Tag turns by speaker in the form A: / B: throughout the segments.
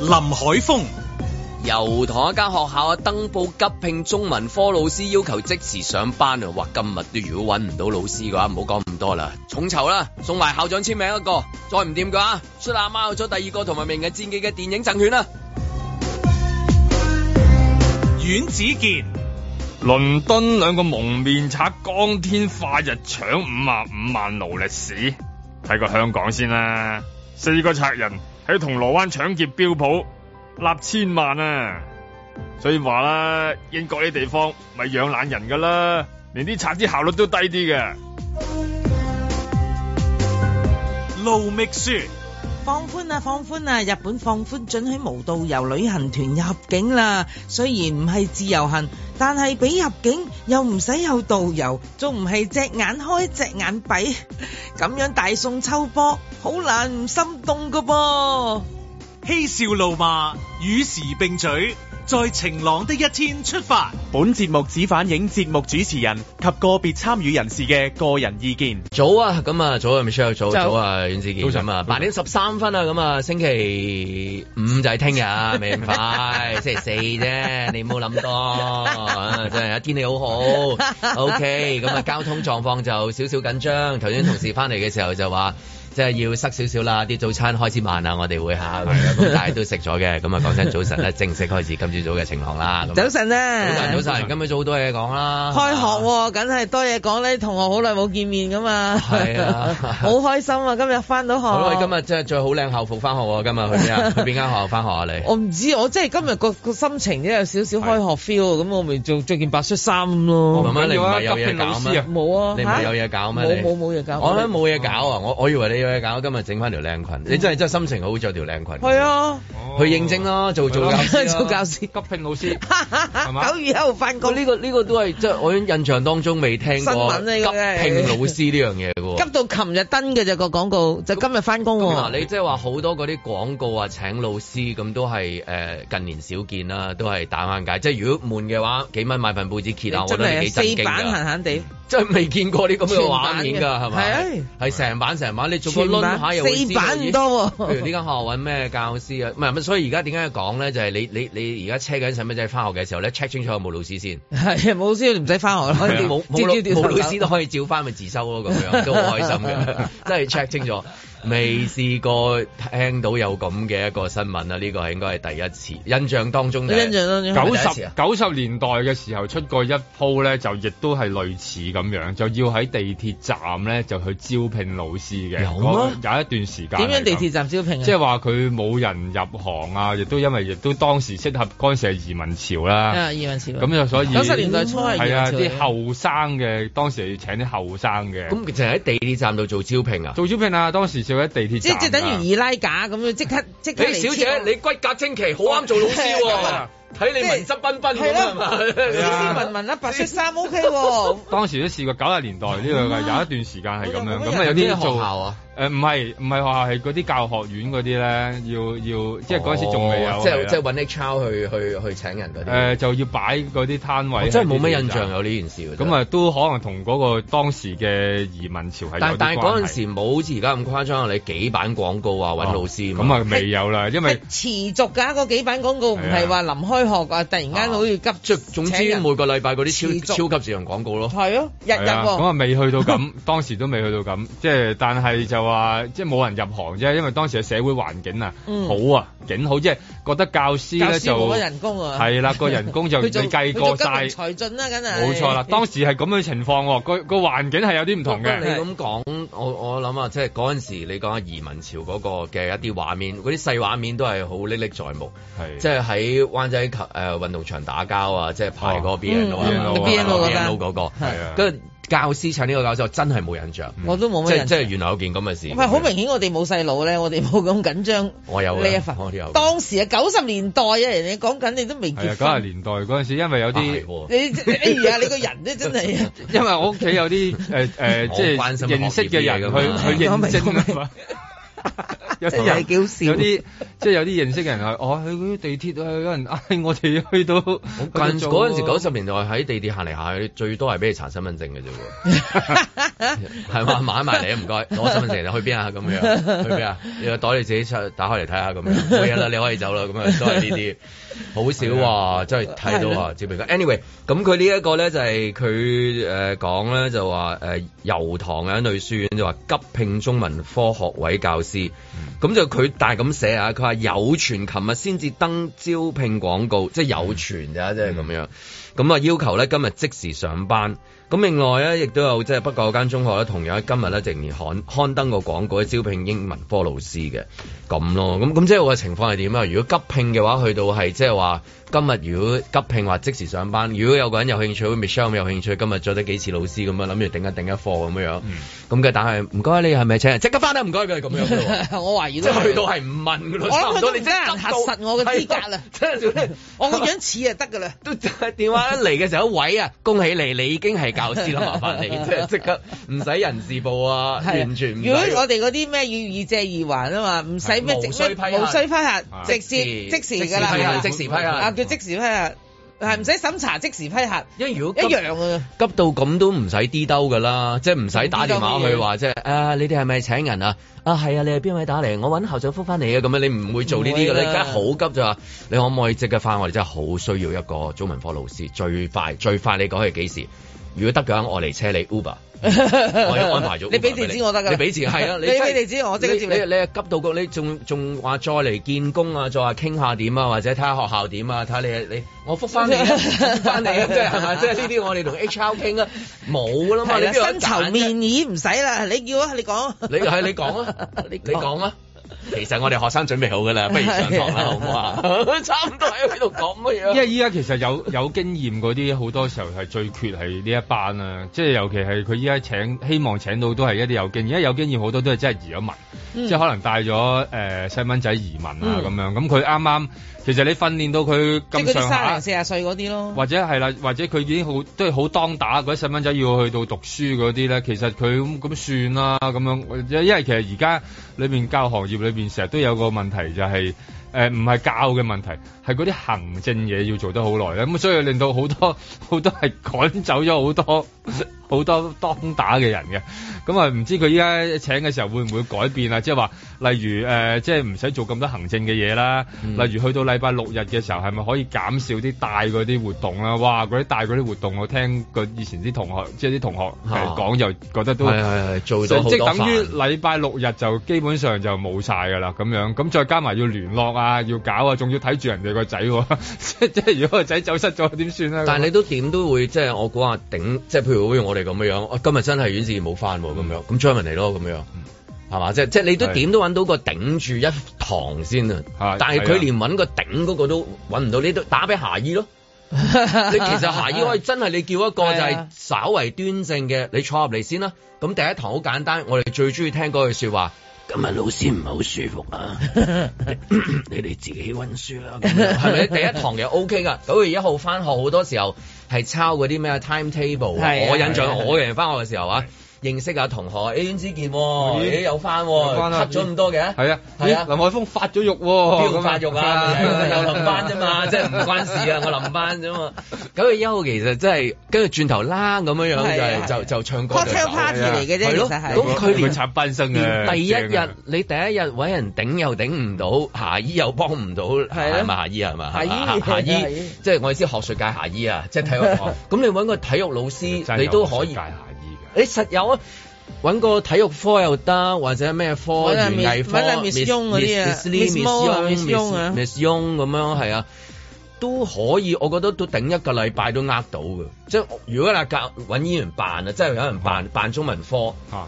A: 林海峰、
B: 油塘一間學校啊，登報急聘中文科老師，要求即時上班啊！話今日都如果揾唔到老師嘅話，唔好講咁多啦，重酬啦，送埋校長簽名一個，再唔掂嘅話，出阿媽去咗第二個同埋《明日戰記》嘅電影贈券啦！
A: 阮子健、
C: 倫敦兩個蒙面賊光天化日搶五啊五萬勞力士，睇過香港先啦。四個賊人喺銅鑼灣搶劫標普，立千萬啊！所以話啦，英國呢地方咪養懶人噶啦，連啲賊啲效率都低啲嘅。
A: 盧覓雪、
D: 放寬啊，放寬啊！日本放寬准許無導遊旅行團入境啦。雖然唔係自由行，但係俾入境又唔使有導遊，仲唔係隻眼開隻眼閉？ 咁樣大送秋波，好難唔心動噶噃。
A: 嬉笑怒罵，與時並舉，在晴朗的一天出發。
E: 本節目只反映節目主持人及個別參與人士嘅個人意見。
B: 早啊，咁啊，早啊，Michelle，早
E: 早
B: 早啊，阮子健，
E: 早晨
B: 咁啊，八點十三分啊，咁啊，星期五就係聽日啊，明快， 星期四啫，你唔好諗多，啊真係天氣好好，OK，咁啊，交通狀況就少少緊張，頭先同事翻嚟嘅時候就話。即係要塞少少啦，啲早餐開始慢啦，我哋會
D: 啊
B: 嚇，咁但係都食咗嘅，咁啊講真早晨咧，正式開始今朝早嘅晴朗啦。咁
D: 早晨
B: 早
D: 啊！
B: 晨，早晨，今朝早好多嘢講啦。
D: 開學喎，梗係多嘢講咧，同學好耐冇見面噶嘛，
B: 係啊
D: 好開心啊！今日翻到學，
B: 好啦，今日真係最好靚校服翻學喎！今日去 邊啊？去邊間學校翻學啊？你
D: 我唔知，我真係今日個個心情都有少少開學 feel，咁我咪做着件白恤衫
B: 咁
D: 咯。
B: 啊，
C: 緊
B: 你唔係有
C: 要啊
B: 嘢搞
C: 急聘老師
B: 咩
C: 啊？
D: 冇啊，
B: 你唔
D: 嚇
B: 係有嘢搞咩？
D: 冇
B: 你
D: 冇冇嘢搞哦
B: 我諗冇嘢搞啊！我我以為你有嘢搞，今日整翻條靚裙。你真係真係心情好，着條靚裙。
D: 嗯係，啊，
B: 去應徵啦，做做 教師啦
D: 做教師，
C: 急聘老 師嘛
D: 九月一號翻
B: 我
D: 工，
B: 呢個呢個都係即係我印象當中未聽過
D: 新聞
B: 急
D: 嚟嘅
B: 聘老師呢樣嘢嘅喎。
D: 急到琴日登嘅就個廣告，就今日翻工
B: 咁嗱，
D: 喎。
B: 你即係話好多嗰啲廣告啊，請老師咁都係誒、呃近年少見啦，都係打眼界。即係如果悶嘅話，幾蚊買份報紙揭下，我覺
D: 真
B: 得
D: 係
B: 你
D: 啊
B: 幾震
D: 四
B: 驚
D: 版閒
B: 㗎。
D: 閒地，
B: 即係未見過啲咁嘅畫面
D: 全版嘅
B: 㗎，係咪？係成版成版，你做個
D: 全
B: 攆
D: 版
B: 下又會知
D: 四
B: 道
D: 版
B: 咦
D: 唔多
B: 譬如呢
D: 喎。
B: 間學校揾咩教師啊？唔係咁，所以而家點解要講咧？就係、你你你而家車緊細蚊仔翻學嘅時候咧，check 清楚有冇老師先。
D: 係啊冇師你唔使翻學啦，可以
B: 冇冇
D: 照
B: 老
D: 照掉
B: 冇
D: 頭
B: 老師都可以照翻咪自修咯，咁樣都好開心嘅，真係 check 清楚。未試過聽到有咁嘅一個新聞啊！呢個係應該係第一次，印象當中就係
D: 印象當中。
C: 九
B: 咪第一次
C: 十
B: 啊
C: 九十年代嘅時候出過一鋪咧，就亦都係類似咁樣，就要喺地鐵站咧就去招聘老師嘅。
B: 有
C: 嗰
B: 咩
C: 有一段時間
D: 點樣
C: 係
D: 地
C: 咁
D: 鐵站招
B: 嗯
D: 聘啊？
C: 即係話佢冇人入行啊，亦都因為亦都當時適合嗰陣時係移民潮啦，
D: 啊，葉文
B: 嗯
D: 潮。
C: 咁就所以
D: 九十年代初係
C: 係啊，
D: 葉文潮
C: 啲
D: 嚟嘅。
C: 後生嘅當時係要請啲後生嘅
B: 咁就喺地鐵站度做招聘啊！
C: 做招聘啊，當時就喺地鐵
D: 即
C: 站啊，
D: 即等於二拉架咁樣，即刻即刻
B: 李
D: 嚟
B: 小
D: 簽
B: 姐，你骨骼精奇，好啱做老師 喎！睇你文質彬彬
D: 啊係
B: 咁
D: 啦
B: 啊嘛，
D: 斯斯文文啦，白色衫 OK 喎。
C: 當時都試過九十年代呢個有
B: 嗯
C: 一段時間係咁樣，
D: 好有
C: 咁啊有
B: 咩
C: 啲
B: 學
C: 做
B: 校啊？
C: 誒唔係唔係學校係嗰啲教學院嗰啲咧，要要即係嗰陣時仲未有，
B: 哦即係
C: 係啊
B: 即係揾 HR 去去去請人嗰啲。
C: 誒就要擺嗰啲攤
B: 我
C: 位，
B: 真係冇乜印象。有呢件事喎。真係
C: 咁啊，都可能同嗰個當時嘅移民潮係有
B: 但
C: 啲
B: 但係嗰
C: 關係
B: 陣時冇好似而家咁誇張，你幾版廣告啊，揾老師
C: 咁啊未有啦，因為
D: 係持續㗎，嗰幾版廣告唔係話臨開學啊，突然間好似急
B: 即係總之
D: 請人
B: 每個禮拜嗰啲
D: 持
B: 超
D: 續
B: 超級市場廣告咯。
D: 係咯，日日
C: 係啊咁
D: 喎。
C: 啊未去到咁， 當時都未去到咁，即係但係就話即係冇人入行啫，因為當時嘅社會環境啊
D: 嗯
C: 好啊，景好，即係覺得教師
D: 教
C: 咧
D: 師
C: 就
D: 冇乜人工啊，
C: 係啦，個人工就 你
D: 佢做佢
C: 計
D: 做
C: 過
D: 金啊融
C: 晒。
D: 財進啦，梗係
C: 冇錯啦，當時係咁嘅情況喎，個個環境係有啲唔同
B: 你
D: 啊
C: 嘅。
B: 咁講，我我諗啊，即係嗰陣時你講下移民潮嗰個嘅一啲畫面，嗰啲細畫面都係好歷歷在目。
C: 係
B: 即係喺灣仔球誒運動場打交啊，即係排嗰個 BNO 啊
C: 嗯
D: BNO 嗰單
B: BNO 嗰個，
C: 係啊，
B: 跟住教師請呢個教授真係冇印象，
D: 嗯我都冇
B: 即
D: 乜
B: 係
D: 人
B: 即。係原來有件咁嘅事。
D: 唔係好明顯，我哋冇細佬咧，我哋冇咁緊張。
B: 我有嘅
D: 呢一份
B: 我都有嘅。
D: 當時啊，九十年代啊，人哋講緊你都未
C: 係啊，
D: 結
C: 九十
D: 婚，
C: 年代嗰陣時，因為
D: 啊
C: 有啲，
B: 啲
D: 你哎呀，你個人咧真係啊！
C: 因為我屋企
F: 呃
C: 有啲誒誒，即
B: 我
C: 係
B: 關心
C: 認識嘅人
B: 學業啲嘢㗎嘛
C: 去去認證啊嘛。
F: 有
D: 真
F: 啲
D: 係
F: 人
D: 幾好笑
F: 有啲即係有啲認識嘅人係，哦，去嗰啲地鐵啊，有 人嗌我哋去到
B: 我
F: 去
B: 近
F: 做
B: 嗰陣時九十年代喺地鐵行嚟行去，最多係俾你查身份證嘅啫喎，係嘛？買埋嚟啊，唔該，攞身份證去邊啊？咁樣去邊啊？你個袋你自己出打開嚟睇下咁樣，冇嘢啦，你可以走啦，咁樣都係呢啲。好少話，真係睇到啊！接明 anyway，咁佢呢一個咧就係佢誒講咧就話誒油塘有一女書院就話急聘中文科學位教師，咁就佢大咁寫啊，佢話有傳琴日先至登招聘廣告，即係有傳咋，即係咁樣。咁啊要求咧今日即時上班。咁另外咧，亦都有即係北角有間中學咧，同樣喺今日咧仍然刊刊登個廣告，招聘英文科老師嘅咁咯。咁咁即係個情況係點啊？如果急聘嘅話，去到係即係話今日如果急聘話即時上班，如果有個人有興趣，Michelle 咁有興趣，今日做得幾次老師咁樣，諗住頂一頂一課咁樣樣。咁嘅但係唔該，你係咪請人即刻翻啦？唔該佢係咁樣嘅 喎
D: 我懷疑
B: 即
D: 都
B: 係去到係唔問㗎咯，
D: 我諗
B: 差唔
D: 佢都
B: 多你
D: 唔
B: 真係
D: 得閒
B: 急
D: 核
B: 到
D: 實我嘅資格啦
B: 係咯真係
D: 我個樣似就得噶啦。
B: 都電話一嚟嘅時候，喂啊，恭喜你，你已經係教師啦，麻煩你，即係即刻唔使人事部啊，
D: 係啊
B: 完全唔
D: 如果我
B: 使。
D: 哋嗰啲咩要以借以還啊嘛，唔使咩
B: 係
D: 直
B: 無需批核
D: 無需批
F: 啊
D: 核，直接
B: 即
D: 即
B: 時
D: 時㗎啦，
B: 嗯即時批核即時批核
D: 啊叫即時批核，係唔使審查即時批核，
B: 因為如
D: 一
B: 果急
D: 樣啊㗎。
B: 急到咁都唔使 D 兜噶啦，即係唔使打電話去話即係啊，你哋係咪請人啊？啊係啊，你係邊位打嚟？我揾校長覆翻你啊！咁樣你唔會做呢啲噶
D: 唔
B: 啦，
D: 會啦啊
B: 而家好急就話你可唔可以即刻翻？我哋真係好需要一個中文科老師，最快最快你講係幾時？如果得嘅話，我嚟車你 Uber。我 已經安排咗 Uber
D: 你
B: 俾。
D: 俾地址我得㗎啦
B: 你俾錢係啊！
D: 你
B: 真係
D: 俾地址我即刻接你
B: 你你係急到個，你仲仲話再嚟見工啊，再話傾下點啊，或者睇下學校點啊，睇下你你我覆翻 你啊，覆翻你啊，即係係咪？即係呢啲我哋同 HR 傾啊，冇啦嘛，
D: 係
B: 你
D: 啦
B: 邊有得
D: 新酬
B: 揀啫
D: 面議唔使啦，你叫啊，你講。
B: 你係你 講啊，你講啊。其實我哋學生準備好㗎啦，不如上堂啦，好唔好啊？ 差唔多喺度講乜
F: 因
B: 嘢？啊
F: 為依家其實有有經驗嗰啲，好多時候係最缺係呢一班啊，即係尤其係佢依家請希望請到都係一啲有經驗，因為有經驗好多都係真係移咗民，即係可能帶咗誒細蚊仔移民啊咁、樣，咁佢啱啱其實你訓練到佢
B: 啊
D: 即係嗰
F: 咁
D: 啲
F: 上
D: 三
F: 下
D: 零。四十歲嗰啲咯，
F: 或者係啦，或者佢已經好都係好當打嗰啲細蚊仔要去到讀書嗰啲咧，其實佢咁咁算啦咁樣，因為其實而家裏面教育行業裏面成日都有個問題就係誒唔係教嘅問題，係嗰啲行政嘢要做得好耐咧，咁所以令到好多好多係趕走咗好多好多當打嘅人嘅，咁啊唔知佢依家請嘅時候會唔會改變啊？即係話例如誒、呃即係唔使做咁多行政嘅嘢啦，
B: 嗯
F: 例如去到禮拜六日嘅時候，係咪可以減少啲大嗰啲活動啦？哇！嗰啲大嗰啲活動，我聽個以前啲同學，即係啲同學
B: 啊
F: 誒講，就覺得都。
B: 係係係，做到好
F: 即
B: 多
F: 係等於
B: 飯。
F: 禮拜六日就基本上就冇晒㗎啦，咁樣咁再加埋要聯絡啊，要搞啊，仲要睇住人哋個仔喎， 即即係如果個仔走失咗點算啊咧？
B: 但係你都點都會即係我估下頂，即係譬如好似我哋咁樣樣，啊今日真係阮志冇翻喎咁樣，咁 j 文嚟咯咁樣。係嘛？即係即係你都
F: 係
B: 點都揾到個頂住一堂先啊！
F: 係
B: 但係
F: 係
B: 佢
F: 啊
B: 連揾個頂嗰個都揾唔到，你都打俾霞姨咯。你其實下依 可以真係你叫一個就
D: 係
B: 係
D: 啊
B: 稍為端正嘅，你坐入嚟先啦。咁第一堂好簡單，我哋最中意聽嗰句説話。今日老師唔係好舒服 啊，你哋自己温書啦，咁樣係咪？第一堂其實 O K 噶，九月一號翻學好多時候係抄嗰啲咩 timetable 啊
D: 係啊
B: 我印
F: 係啊
B: 象我嘅翻學嘅時候啊，認識下同學，誒袁之健喎，
F: 哦咦
B: 咦有翻
F: 有
B: 喎，
F: 返
B: 黑
F: 啊
B: 咗咁多嘅，
F: 係啊，
B: 係
F: 咦
B: 啊
F: 林哦海峰發咗肉喎，
B: 標發育啊，又臨班 啫嘛，即係唔關事啊，我臨班啫嘛。九月一號其實真係跟住轉頭啦咁樣樣就
D: 係
B: 係
D: 啊
B: 就就唱歌就
D: cocktail
B: 走。
D: party 嚟嘅啫，
B: 係
D: 其
B: 咯
D: 實係。
B: 咁佢連
F: 插班生
B: 連
D: 嗯
F: 嘅
B: 第一
F: 正啊
B: 日你第一日揾人頂又頂唔到，夏姨又幫唔到，
D: 係啊
B: 係咪夏姨係咪？
D: 夏姨啊
B: 夏夏
D: 夏
B: 姨
D: 姨
B: 即係我意思學術界夏姨啊，即係體 育學。咁你揾個體育老師，你都可
F: 真係有世界。
B: 以
F: 下意嘅。
B: 你實有啊！揾個體育科又得，或者咩科
D: 揾下
B: 園藝科
D: 揾下 Miss Yong 嗰啲啊
B: Miss Lee
D: Miss Mo 啊
B: Miss
D: Miss
B: Yong，
D: Yong 啊
B: Miss Yong 咁樣係啊，都可以。我覺得都頂一個禮拜都呃到嘅。即係如果嗱教揾醫員扮啊，即係有人扮扮中文科，
F: 嚇，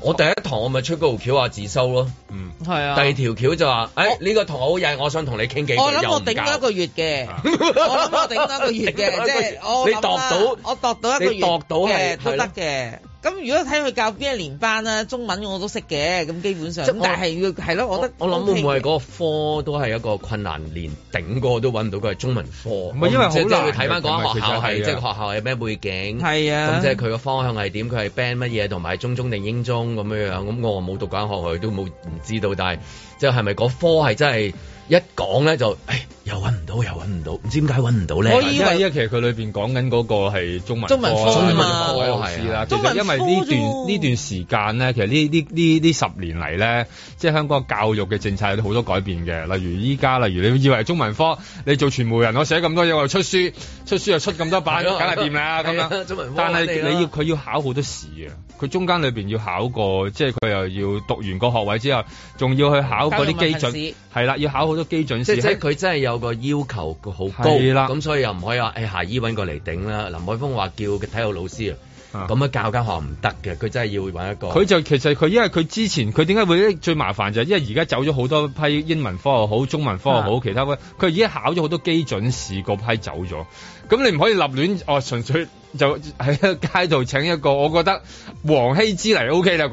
B: 我第一堂我咪出嗰條橋話自修咯。
F: 嗯，
D: 係啊
B: 第二條橋就話，誒呢個同學好曳，我想同你傾幾句，
D: 我諗
B: 又
D: 我
B: 唔
D: 頂
B: 教
D: 多一個月嘅，
F: 啊
B: 我
D: 我諗我頂多一個月嘅，即係我
B: 你
D: 諗
B: 度
D: 啦
B: 到，
D: 我度到一個月
B: 你度到係
D: 嘅都得嘅，咁如果睇佢教邊一年班啦，中文我都識嘅，咁基本上
B: 即係。我
D: 但係要係咯，我覺得
B: 我諗會唔
D: OK 嘅
B: 會係嗰個科都係一個困難，連頂個都揾唔到，佢係中文科。唔
F: 係因為好
B: 即係即係
F: 難
B: 會睇翻嗰間學校
F: 嘅
B: 係
F: 其實係啊
B: 即係學校係咩背景。
D: 係啊
B: 咁即係佢個方向係點？佢係 band 乜嘢，同埋中中定英中咁樣樣。咁我冇讀間學校，都冇唔知道。但係即係係咪嗰科係真係一講咧就，誒哎又揾唔到，又揾唔到，唔知點解揾唔到咧？
D: 我以
F: 啊因為因為其實佢裏邊講緊嗰個係中文
D: 中文科
F: 科
D: 啊嘛
F: 啦中文科老師啦。其
D: 中文
F: 實
D: 科
F: 因為
D: 啫
F: 呢段呢段時間咧，其實呢呢呢呢十年嚟咧，即係香港教育嘅政策有好多改變嘅。例如依家，例如你以為係中文科，你做傳媒人，我寫咁多嘢，我又出書，出書又出咁多版，
B: 係咯
F: 梗係掂啦咁
B: 係啊中文
F: 樣。
B: 科
F: 但係
B: 你啦
F: 你要佢要考好多試啊！佢中間裏邊要考過，即係佢又要讀完個學位之後，仲要去考嗰啲基
D: 教育文憑試
F: 準，係啦，要考好多基準
B: 即
F: 試。
B: 即係佢真係有個要求好高，
F: 係啦
B: 咁所以又唔可以話誒下醫揾過嚟頂啦。林海峰話叫嘅體育老師啊，
F: 啊
B: 咁樣教間學校唔得嘅，佢真係要揾一個。
F: 哦佢就其實佢因為佢之前佢點解會最麻煩就係因為而家走咗好多批英文科又好中文科又
B: 啊
F: 好其他科，佢已經考咗好多基準試嗰批走咗，咁你唔可以立亂哦，純粹就喺街度請一個，我覺得黃希之嚟 O K 啦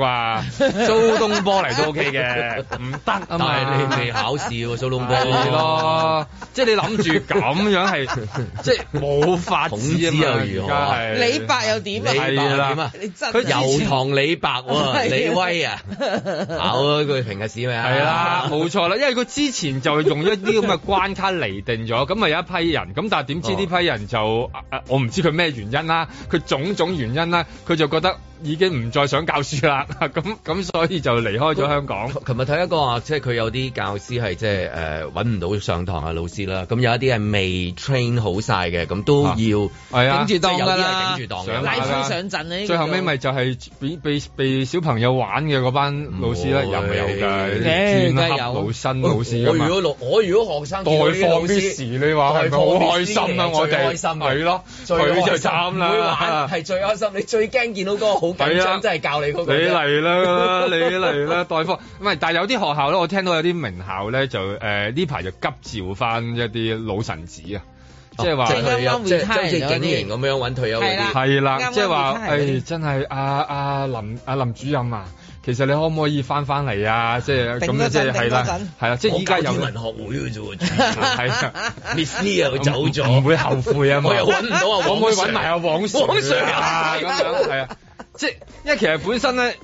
F: 啩，蘇東坡嚟都 O K 嘅，唔得啊
B: 但
F: 嘛
B: 係你未考試喎，蘇東
F: 係
B: 波
F: 咯，即係你諗住咁樣係，即係冇法
B: 孔
F: 子
B: 子
F: 啊嘛，
B: 又如何啊
F: 而家係
D: 李白又點啊？
B: 李白又點 啊
D: 你真
F: 佢
D: 係
B: 油塘李白
D: 係啊
B: 喎，李威 啊，考佢評嘅試未啊？
F: 係啦，冇錯啦，因為佢之前就用一啲咁嘅關卡嚟定咗，咁咪有一批人，咁但係點知呢批人就、啊啊我唔知佢咩原因啦，佢種種原因啦，佢就覺得已經唔再想教書啦，咁 咁所以就離開咗香港。
B: 琴日睇一個話，即係佢有啲教師係即係誒揾唔到上堂嘅老師啦，咁有一啲係未 train 好晒嘅，咁都要
F: 啊係啊
B: 頂住檔㗎啦，
D: 即係有啲係頂
F: 住檔㗎
D: 拉夫上陣啊！呢個
F: 最後尾咪就係俾被被小朋友玩嘅嗰班老師咧，
B: 唔
F: 有
B: 會
F: 有㗎，
D: 誒
F: 天
D: 梗係有
F: 黑老新老師㗎
B: 我
F: 嘛
B: 如。果老我如果學生
F: 代
B: 見到呢啲老
F: 課
B: 師
F: miss 你話係咪好開心啊？我哋
B: 最開心嘅
F: 係咯，
B: 最開心
F: 佢就慘
B: 唔會玩
F: 啦。
B: 係最開心，你最驚見到嗰個好緊
F: 係
B: 張，
F: 啊
B: 真係教你嗰
F: 你
B: 個啫。
F: 嚟啦， 你嚟啦，代科唔係，但係有啲學校咧，我聽到有啲名校咧就誒呢排就急召翻一啲老臣子啊，即係話
B: 即係
D: 啱啱
B: 佢即係即係好似
D: retire 咗啲
B: 警員咁樣揾退休嗰
D: 係啦
B: 啲。
F: 係啦，
D: 啱啱
F: 即係話
D: 啱啱
F: 誒真係阿阿林阿林主任啊，其實你可唔可以翻翻嚟啊？即係咁
D: 頂多
F: 樣即係
D: 陣
F: 係
D: 頂多
F: 啦
D: 陣，
F: 係啦，即係依家有
B: 我教天文學會嘅啫喎
F: 係啊
B: ，Miss Lee 又走
F: 唔
B: 咗，
F: 唔會後悔啊嘛
B: 我又揾唔到啊，
F: 可唔可以揾埋阿黃 Sir
B: 黃 Sir
F: 啊？咁樣係啊，即係因為其實本身咧。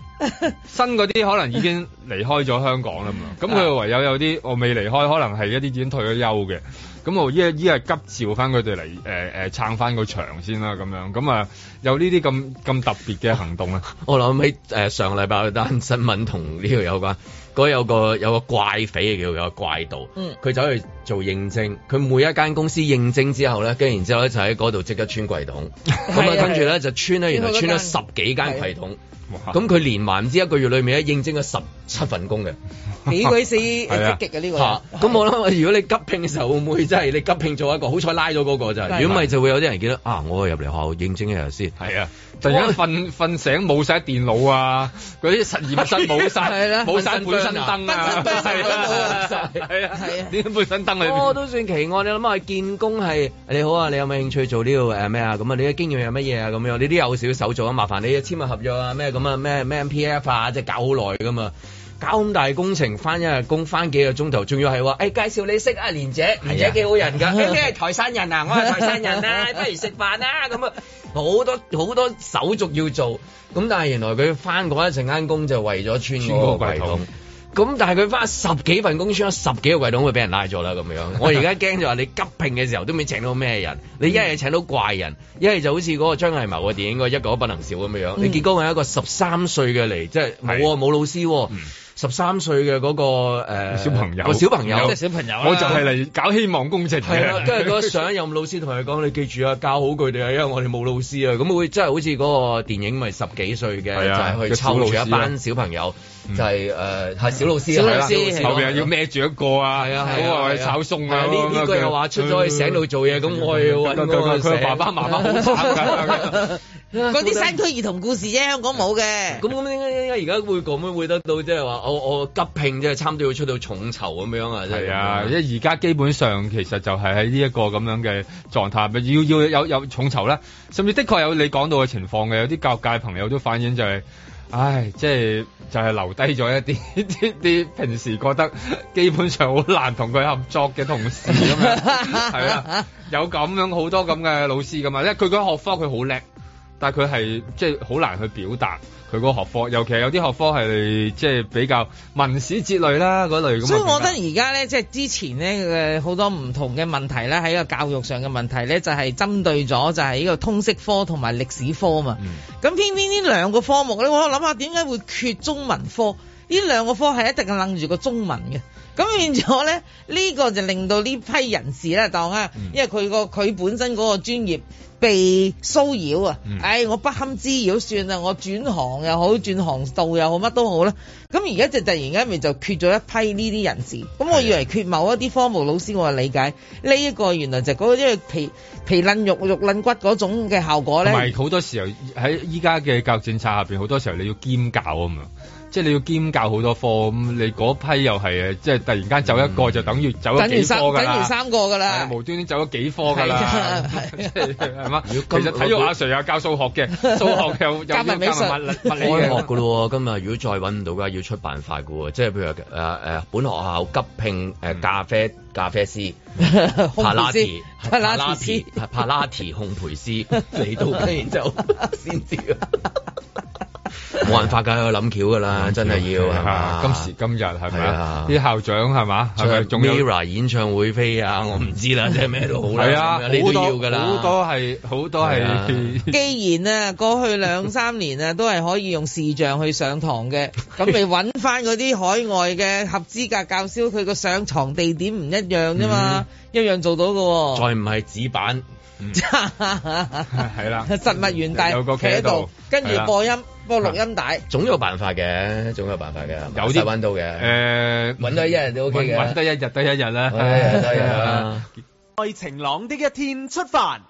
F: 新嗰啲可能已經離開咗香港啦
D: 啊
F: 嘛，咁佢唯有有啲我未離開，可能係一啲已經退咗休嘅，咁我依家依係急召翻佢哋嚟誒誒撐翻個場先啦，咁樣咁啊有呢啲咁咁特別嘅行動 啊，
B: 我諗起誒上禮拜有單新聞同呢度有關，嗰有個有個怪匪叫有個怪盜，
D: 嗯
B: 佢走去做應徵，佢每一間公司應徵之後咧，跟住然之後咧就喺嗰度即刻穿櫃桶，咁
D: 係
B: 啊
D: 啊
B: 跟住咧就穿咧，原來穿
D: 穿
B: 咗
D: 咗
B: 十幾間櫃桶，
F: 哇
B: 咁佢連埋唔知一個月裏面咧應徵咗十七份工嘅。
D: 幾鬼死
F: 係啊
D: 積極嘅呢個
B: 嚇
D: 人。
B: 咁我諗， 如果你急聘嘅時候，會唔會真係你急聘做一個？好彩拉咗嗰個咋，
D: 係
B: 如果唔係就會有啲人見到啊，我入嚟學校應徵一日先。
F: 係啊，突然間瞓瞓醒冇晒電腦啊，嗰啲實驗室 冇
D: 係
F: 晒，
D: 啦
F: 冇晒本身燈啊，
D: 本身燈啊
F: 係啊係啊
D: 係啊，
F: 點解本身燈裏
B: 哦，
F: 邊？
B: 都算奇案。你諗下，見工係你好啊，你有冇興趣做呢度誒咩啊？咁啊，你嘅經驗係乜嘢啊？咁樣你啲有少少手續啊，麻煩你簽下合約啊，咩咁啊，咩咩 M P F 啊，即係搞好耐噶嘛。搞咁大工程，翻一日工，翻幾個鐘頭，仲要係話，誒介紹你識啊，蓮姐，蓮姐幾好人 㗎，誒你係台山人啊，我係台山人啊， 不如食飯啦咁啊，好多好多手續要做，咁但係原來佢翻嗰一陣間工就為咗穿嗰個櫃桶。咁但係佢翻十幾份工，穿咗十幾個櫃桶，會俾人拉咗啦咁 樣。我而家驚就話你急聘嘅時候都未請到咩人，
F: 嗯
B: 你一係請到怪人，一係就好似嗰個張藝謀嘅電影嗰個一個不能少咁樣。
F: 嗯
B: 你結果係一個十三歲嘅嚟，即係冇啊冇老師喎，十三歲嘅嗰個誒
F: 嗯小朋友
B: 個小朋友
F: 有。
D: 朋友
F: 我就係嚟搞希望工程
B: 係啦，
F: 嘅，
B: 跟住嗰個上一任老師同佢講：你記住啊，教好佢哋啊，因為我哋冇老師啊。咁會真係好似嗰個電影咪十幾歲嘅，
F: 係啊
B: 就係去湊住一班小朋友，就係誒係小老師
D: 小
B: 啊，
D: 老
B: 係啦
D: 師
B: 小老
F: 後邊又要孭住一個啊，
B: 係啊係啊
F: 好
B: 係啊
F: 啊，炒餸
B: 係
F: 啊，嗯
B: 呢呢個又話出咗去醒度做嘢，咁我要
F: 佢
B: 揾嗰個
F: 佢佢爸爸媽媽好慘㗎，
D: 嗰啲山區兒童故事啫，香港冇嘅。
B: 咁咁點解而家會咁樣會得到即係話我我急聘即係差唔多要出到重酬咁樣啊！真係
F: 係啊，因為而家基本上其實就係喺呢一個咁樣嘅狀態，要要有有重酬啦，甚至的確有你講到嘅情況嘅，有啲教育界朋友都反映就係、唉，即係就係、留低咗一啲 啲啲平時覺得基本上好難同佢合作嘅同事咁 樣，係啊，有咁樣好多咁嘅老師噶嘛，因為佢嗰學科佢好叻，但係佢係即係好難去表達佢嗰個學科，尤其係有啲學科係即係比較文史哲類啦嗰類咁嘅啊
D: 所以
F: 表達。
D: 我覺得而家咧，即係之前咧，誒好多唔同嘅問題咧，喺個教育上嘅問題咧，就係針對咗就係呢個通識科同埋歷史科嘛。
F: 嗯
D: 咁、偏偏呢兩個科目咧，我諗下點解會缺中文科？呢兩個科係一定係楞住個中文嘅。咁變咗咧，呢、個就令到呢批人士咧當啊，
F: 嗯
D: 因為佢個佢本身嗰個專業被騷擾啊，
F: 嗯
D: 唉、我不堪滋擾算啦，我轉行又好，轉行道又好，乜都好啦。咁而家就突然間咪就缺咗一批呢啲人士。
F: 啊
D: 咁我以為缺某一啲科目老師，我係理解呢一、個原來就嗰、個因為皮皮撚肉肉撚骨嗰種嘅效果
F: 同
D: 咧。
F: 埋好多時候喺依家嘅教育政策下邊，好多時候你要兼教啊嘛，即係你要兼教好多科，咁你嗰批又係誒，即係突然間走一個就等於走咗
D: 等
F: 幾
D: 於
F: 科
D: 三
F: 㗎
D: 等於
F: 啦。
D: 三個㗎
F: 係啊
D: 啦，
F: 無端端走咗幾科㗎
D: 係
F: 啦
D: 啊，係啊
F: 即係係 嘛？其
B: 如果今
F: 實體育阿 Sir 又教數學 嘅，數學又又
D: 加
F: 要
D: 埋美
F: 加埋物理物理
B: 開學
F: 嘅。
B: 噶咯喎，今啊日如果再揾唔到嘅話，要出辦法嘅喎，即係譬如誒誒、呃本學校急聘
F: 嗯
B: 誒咖啡咖啡師、
D: 空
B: 帕
D: 師
B: 拉提、
D: 帕拉提師
B: 帕拉提帕拉提烘 焙師嚟到咁，然之後先知啊。冇辦法㗎，諗橋㗎啦，真係要係嘛？
F: 啊今時今日係咪
B: 係啊
F: 啊？啲校長係嘛？係咪
B: 仲
F: 仲有嗯
B: Mira 演唱會飛啊，我唔知啦，即係咩都好啦，
F: 係啊？
B: 咁樣你都
F: 好
B: 要
F: 多
B: 㗎啦，
F: 好多係好多
B: 係啊
F: 係
D: 既然啊，過去兩三年啊，都係可以用視像去上堂嘅，咁你揾翻嗰啲海外嘅合資格教師，佢個上堂地點唔一樣啫嘛，一樣做到嘅
B: 再唔係紙板。
D: 喎。
F: 係啦，
D: 實物原地
F: 有個企喺度
D: 跟
F: 係
D: 住
F: 啦
D: 播音播錄音帶，
B: 總有辦法嘅，總有辦法嘅，
F: 有啲呃
B: 揾到嘅，
F: 誒
B: 揾到一日都 OK 嘅，
F: 揾得一日得一日啦，啊
B: 揾到一日得一日啦。
A: 在晴朗的一天出發。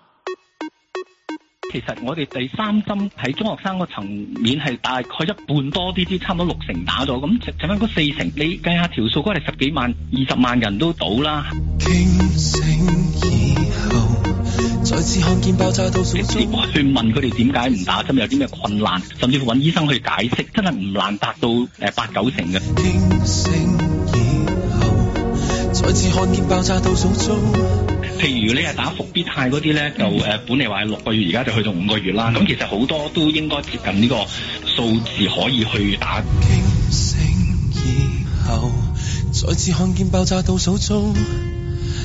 G: 其實我哋第三針喺中學生個層面係大概一半多啲啲，差唔多六成打咗。咁剩翻嗰四成，你計下條數，嗰係十幾萬、二十萬人都到啦。
H: 驚醒以後，再次看見爆炸到數
G: 直接
H: 中。
G: 去問佢哋點解唔打針，有啲咩困難，甚至乎揾醫生去解釋，真係唔難達到誒八九成嘅。
H: 驚醒以後，再次看見爆炸到數中。
G: 譬如你係打復必泰嗰啲呢，就
H: 嗯
G: 誒、呃本嚟話係六個月，而家就去到五個月啦。咁其實好多都應該接近呢個數字可以去打。
H: 驚醒以後，再次看見爆炸到數中。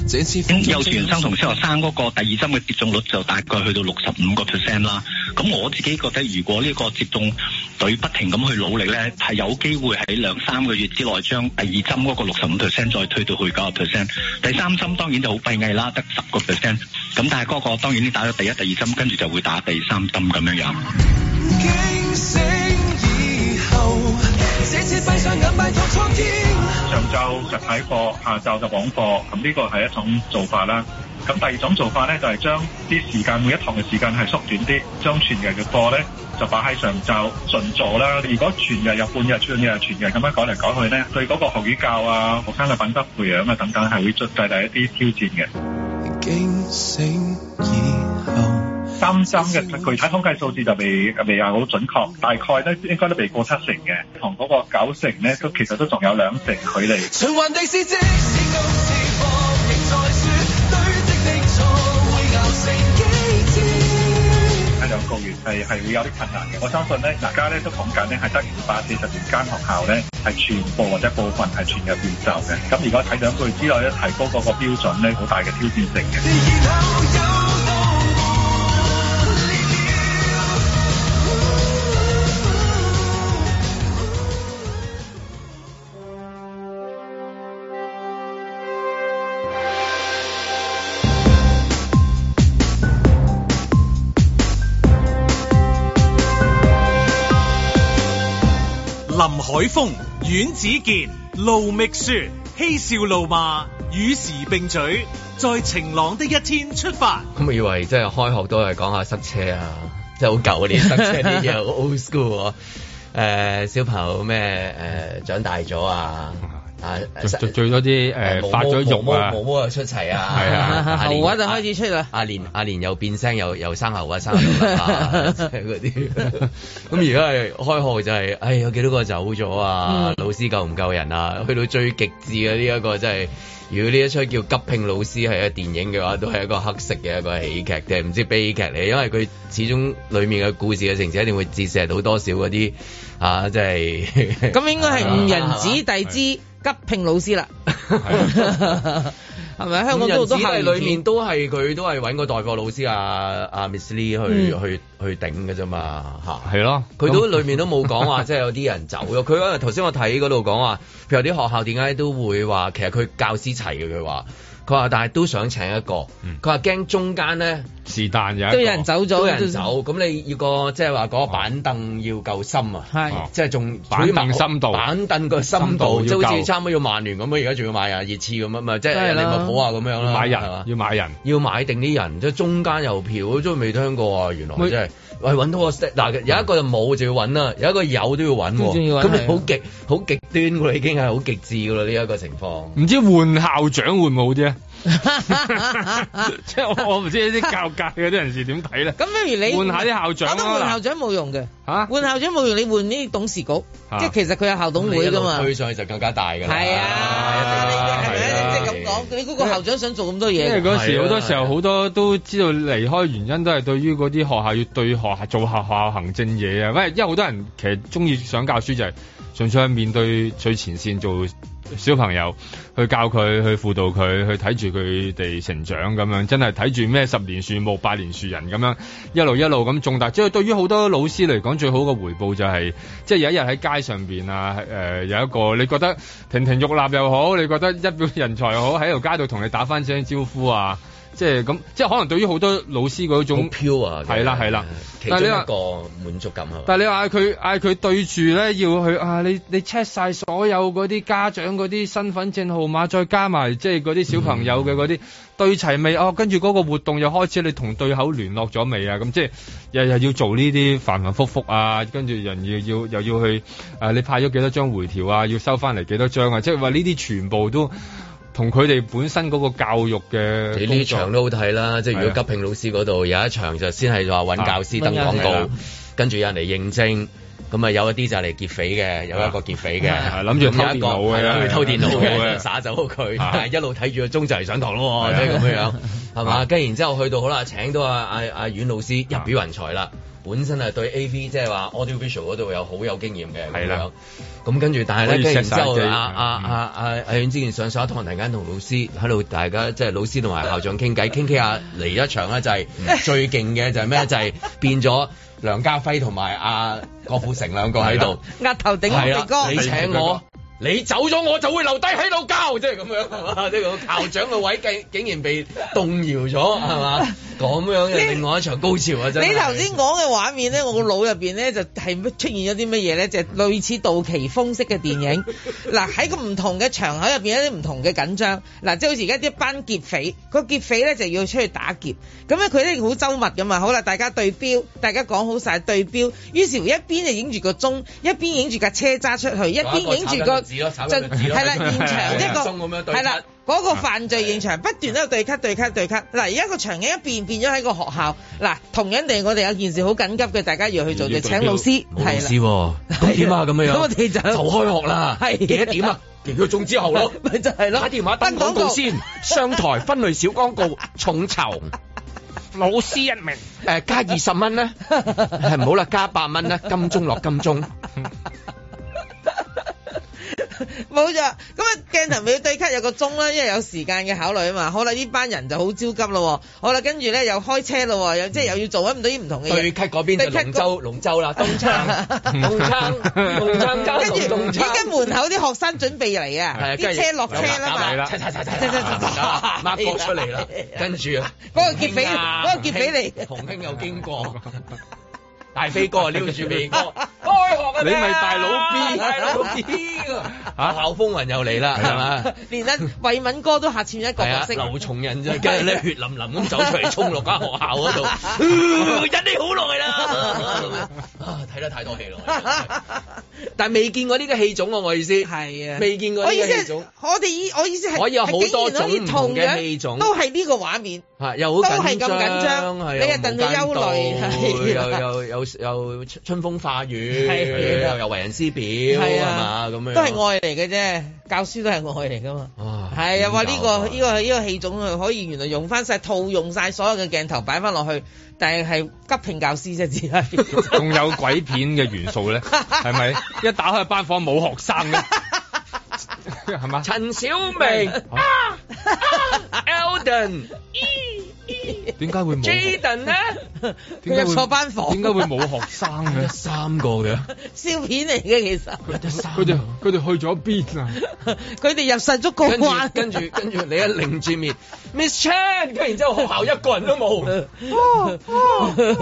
H: 這次風中
G: 幼稚園嗯生同小學生嗰個第二針嘅接種率就大概去到六十五個 percent 啦。咁我自己覺得，如果呢個接種隊不停咁去努力呢，係有機會喺兩三個月之內將第二針嗰個六十五 percent 再推到去九個 percent。第三針當然就好閉翳啦，得十個 percent。咁但係嗰個當然你打咗第一、第二針，跟住就會打第三針咁樣樣。
H: 驚醒以後，這次閉上眼拜託蒼天。
I: 上晝實體課，下晝就網課，咁呢個係一種做法啦。咁第二種做法呢，就係將啲時間每一堂嘅時間係縮短啲，將全日嘅課呢就擺喺上晝盡做啦。如果全日有半日、半日、全日咁樣改嚟改去呢，對嗰個學語教啊、學生嘅品德培養啊等等係會最帶嚟一啲挑戰嘅。
H: 驚醒以後，
I: 三針嘅具體統計數字就未未有好準確，大概咧應該都未過七成嘅，同嗰個九成呢，都其實都仲有兩成距離。
H: 循環地是即是高是放，仍在說堆積的錯會熬成幾天。
I: 喺兩個月係係會有啲困難嘅。我相信咧，大家咧都講緊咧係得二百四十二間學校咧係全部或者部分係全日面授嘅。咁如果喺兩個月之內咧提高嗰個標準咧，好大嘅挑戰性嘅。
H: 然後有到無聊。
A: 林海峰、阮子健、盧覓雪，嬉笑怒罵，與時並舉，在晴朗的一天出 發。
B: 咁我以為 即係開學都係講下塞車啊，即係好舊嗰啲塞車啲嘢，好 old 啊 school 喎。誒小朋友咩誒長大咗啊啊
F: 最最最多啲誒發咗
B: 毛
F: 肉
B: 毛
F: 啊
B: 毛，毛又出齊啊，
F: 係啊
B: 阿連
D: 喉啊就開始出啦
B: 阿連阿連又變聲又又生喉啊生喉 啊，即係嗰啲。咁而家係開學就係，唉有幾多個走咗啊？
D: 嗯
B: 老師夠唔夠人啊？去到最極致嘅呢一個真係。如果呢一出叫《急聘老師》係一個電影嘅話，都係一個黑色嘅一個喜劇定係唔知悲劇嚟，因為佢始終裡面嘅故事嘅情節一定會折射到多少嗰啲啊，即係
D: 咁應該係誤人子
B: 係嘛
D: 弟之急聘老師啦， 係咪？香港
B: 五
D: 都好多
B: 人子弟
D: 校園
B: 裡
D: 片
B: 面都係佢都係揾個代課老師啊啊 Miss Lee 去、
D: 嗯
B: 去去頂嘅啫嘛嚇。
F: 係咯，
B: 佢都
F: 咁
B: 裏面都冇講話，即 係有啲人走咗。佢嗰頭先我睇嗰度講話，譬如有啲學校點解都會話，其實佢教師齊嘅佢話，佢話但係都想請一個，佢話驚中間咧
F: 是但嗯有一個
D: 都有人走咗，
B: 都有人走，咁你要個即係話嗰個板凳要夠深啊。
D: 係
F: 哦
B: 即係仲
F: 板凳深度
B: 板凳個深度，
F: 深度要
B: 即係好似
F: 夠
B: 差唔多要曼聯咁樣，而家仲要買啊熱刺咁啊嘛，即係
D: 梗係
B: 利
D: 啦
B: 物浦啊咁樣啦，
F: 買人
B: 係嘛
F: 要買人，
B: 要買定啲人，即係中間有票，我都未聽過啊！原來
F: 喂
B: 真係，喂揾到個 set 嗱，有一個就冇就要揾啦，有一個有都要揾
D: 嗯都仲
B: 喎，
D: 要揾啊
B: 咁你
D: 係
B: 好極好極端㗎啦，已經係好極致㗎啦呢一個情況。
F: 唔知換校長會唔會好 啲啊？ 即係我我唔知啲教界嗰啲人士點睇咧。
D: 咁不如你
F: 換下啲校長
D: 我覺得
F: 啦
D: 換校長冇用嘅，
F: 嚇
D: 換校長冇用，你換呢啲董事局，
F: 嚇
D: 即係其實佢有校董
B: 你一
D: 會
B: 路
D: 噶嘛。
B: 推上去就更加大㗎啦。
D: 係啊，係咪
F: 啊
D: 啊？即係咁講，你嗰個校長想做咁多
F: 因為
D: 嘢，
F: 嗰時
B: 係啊
F: 好多時候好多都知道離開原因都係對於嗰啲學校要對學校做學校行政嘢啊，喂，因為好多人其實中意想教書就係純粹係面對最前線做小朋友，去教佢，去輔導佢，去睇住佢哋成長咁樣，真係睇住咩十年樹木、百年樹人咁樣，一路一路咁種大。即係對於好多老師嚟講，最好嘅回報就係、即係有一日喺街上邊啊，誒、有一個你覺得亭亭玉立又好，你覺得一表人才又好，喺條街度同你打翻聲招呼啊，即係咁，即係可能對於好多老師嗰
B: 好
F: 種。
B: 飄啊！
F: 係啦係啦，
B: 其中
F: 但
B: 一
F: 係你話
B: 個滿足感係嘛？
F: 但係你嗌佢嗌佢對住咧，要去啊！你你 check 晒所有嗰啲家長嗰啲身份證號碼，再加埋即係嗰啲小朋友嘅嗰啲對齊未？哦，跟住嗰個活動又開始，你同對口聯絡咗未啊？咁即係日日要做呢啲繁繁複複啊，跟住人要要又要去啊！你派咗幾多張回條啊？要收翻嚟幾多張啊？即係話呢啲全部都同佢哋本身嗰個教育嘅
B: 你
F: 工
B: 呢
F: 作
B: 場都好睇啦，即係如
F: 係
B: 果
F: 啊
B: 急聘老師嗰度有一場就先係話揾教師登廣
F: 係啊
B: 告
F: 啦，
B: 跟住有人嚟應徵。咁啊，有一啲就嚟劫匪嘅，有一個劫 匪嘅，
F: 啊諗住偷
B: 咁有
F: 電腦嘅
B: 一個係諗住偷電腦
F: 偷
B: 嘅，
F: 嘅
B: 耍走佢，
F: 啊
B: 但係一路睇住個鐘就嚟上堂
F: 係
B: 咯喎，
F: 啊
B: 即係咁樣樣，係嘛？
F: 啊
B: 跟住然之後去到好啦，請到阿阿阿阮老師入表人才啦，本身係對 A V 即係話 audio visual 嗰度有好有經驗嘅，
F: 係
B: 咁樣
F: 啦。
B: 咁跟住，但係咧，
F: 可以
B: 跟住然之後
F: 錫曬機
B: 阿阿阿阿啊阿阮之前上上一堂，突然間同老師喺度，大家即係老師同埋校長傾偈，傾傾下嚟一場咧，就係
D: 嗯
B: 最勁嘅就係咩？就係變咗梁家輝同埋阿郭富城兩個喺度，
D: 額頭頂
B: 係
D: 我鼻
B: 啦，
D: 哥
B: 你。請我。你走咗我就會留低喺度教，即係咁樣係嘛？即係個校長嘅位竟竟然被動搖咗係嘛？ 咁樣嘅另外一場高潮啊！真係
D: 你頭先講嘅畫面咧，我個腦入邊咧就係出現咗啲乜嘢咧？就係類似杜琪峰式嘅電 影。嗱喺個唔同嘅場口入邊有啲唔同嘅緊張。嗱，即係好似而家啲班劫匪，個劫匪咧就要出去打劫。咁咧佢咧好周密噶嘛。好啦，大家對
B: 嗯
D: 標，大家講好晒對標。於是乎一邊就影住個鐘，一邊影住架車揸出去，一邊影住個
B: 有一個炒緊個字咯炒緊
D: 就
B: 個字咯
D: 係啦現場一
B: 鬆咁樣
D: 個
B: 對
D: 係啦
B: 出。
D: 嗰個犯罪現場不斷喺度對咳對咳對咳，嗱而家個場景一變變咗喺個學校，嗱同樣地我哋有件事好緊急嘅，大家要去做就
F: 要對標
D: 請老師，
B: 冇老師
D: 啦，
B: 喎，咁點啊咁樣樣？
D: 咁我哋就
B: 就開學啦，
D: 係
B: 幾多點啊？幾個鐘之後咯，
D: 咪就係咯，
B: 打電話登廣
D: 登
B: 告先，商台分類小廣告，重酬。
F: 老師一名，
B: 誒加二十蚊咧，係唔好啦，加八蚊咧，金鐘落 金鐘，
D: 冇錯，咁啊鏡頭尾對咳有個鐘啦，因為有時間嘅考慮啊嘛。好啦，呢班人就好焦急咯喎，好啦，跟住咧又開車咯喎，又即係又要做緊唔到啲唔同嘅嘢。
B: 對咳嗰邊就龍舟，龍舟啦， 東撐，東撐，東撐加
D: 跟住
B: 龍
D: 已
B: 撐。
D: 經門口啲學生準備嚟啊，
B: 係
D: 啲車落車啦嘛。
B: 啦， 抹角出嚟啦，跟住啊 哎
D: 嗰個劫匪嗰個劫匪嚟
B: 洪興又經過，大飛哥啊撩住鼻哥，開學啊！
F: 你咪大佬 B
B: 大佬 B
F: 嚇
B: 嚇校風雲又嚟啦，係啊嘛？
D: 連阿慧敏哥都客串一個
B: 係
D: 角
B: 啊，
D: 色，
B: 劉松仁就 跟住咧血淋淋咁走出嚟，衝落間學校嗰度， 忍你好耐啦！啊，睇得太多戲啦， 但係未見過呢個戲種喎，我意思
D: 係啊，
B: 未見過
D: 我
B: 呢
D: 意
B: 個
D: 思
B: 戲
D: 係
B: 種，，
D: 我哋以我意思係
B: 可以有好多
D: 係竟然可以
B: 種
D: 同
B: 唔同嘅
D: 樣
B: 戲種
D: 都係呢個畫面。
B: 係又好
D: 都係
B: 緊
D: 咁緊張
B: 張，係又
D: 你又戥佢憂慮
B: 無間道
D: 係啊
B: 又又又又春風化雨，
D: 係啊
B: 又又為人師表，
D: 係
B: 係
D: 啊
B: 嘛咁樣，
D: 都係愛嚟嘅啫，教書都係愛嚟噶嘛。
B: 哇
D: 係啊，哇！呢、
B: 點搞
D: 個
B: 啊
D: 呢、個呢、個戲種啊，可以原來用翻晒套用晒所有嘅鏡頭擺翻落去，但係係急聘教師啫，只係。
F: 仲有鬼片嘅元素 咧，係咪？一打開班房冇學生 嘅，係嘛？
B: 陳小 明啊
F: 啊
B: Elden
F: 點解會冇學？
B: Jaden 咧。
F: 點
D: 佢
F: 解
D: 入
F: 會
D: 錯班房
F: 點解會冇學生
B: 得
F: 嘅？
B: 三個嘅，
D: 笑片嚟嘅，其實
F: 佢哋佢哋去咗邊啊？
D: 佢哋入實足個
B: 跟住
D: 關，
B: 跟住跟住你一擰住面，Miss Chan，跟住然之後學校一個人都冇，跟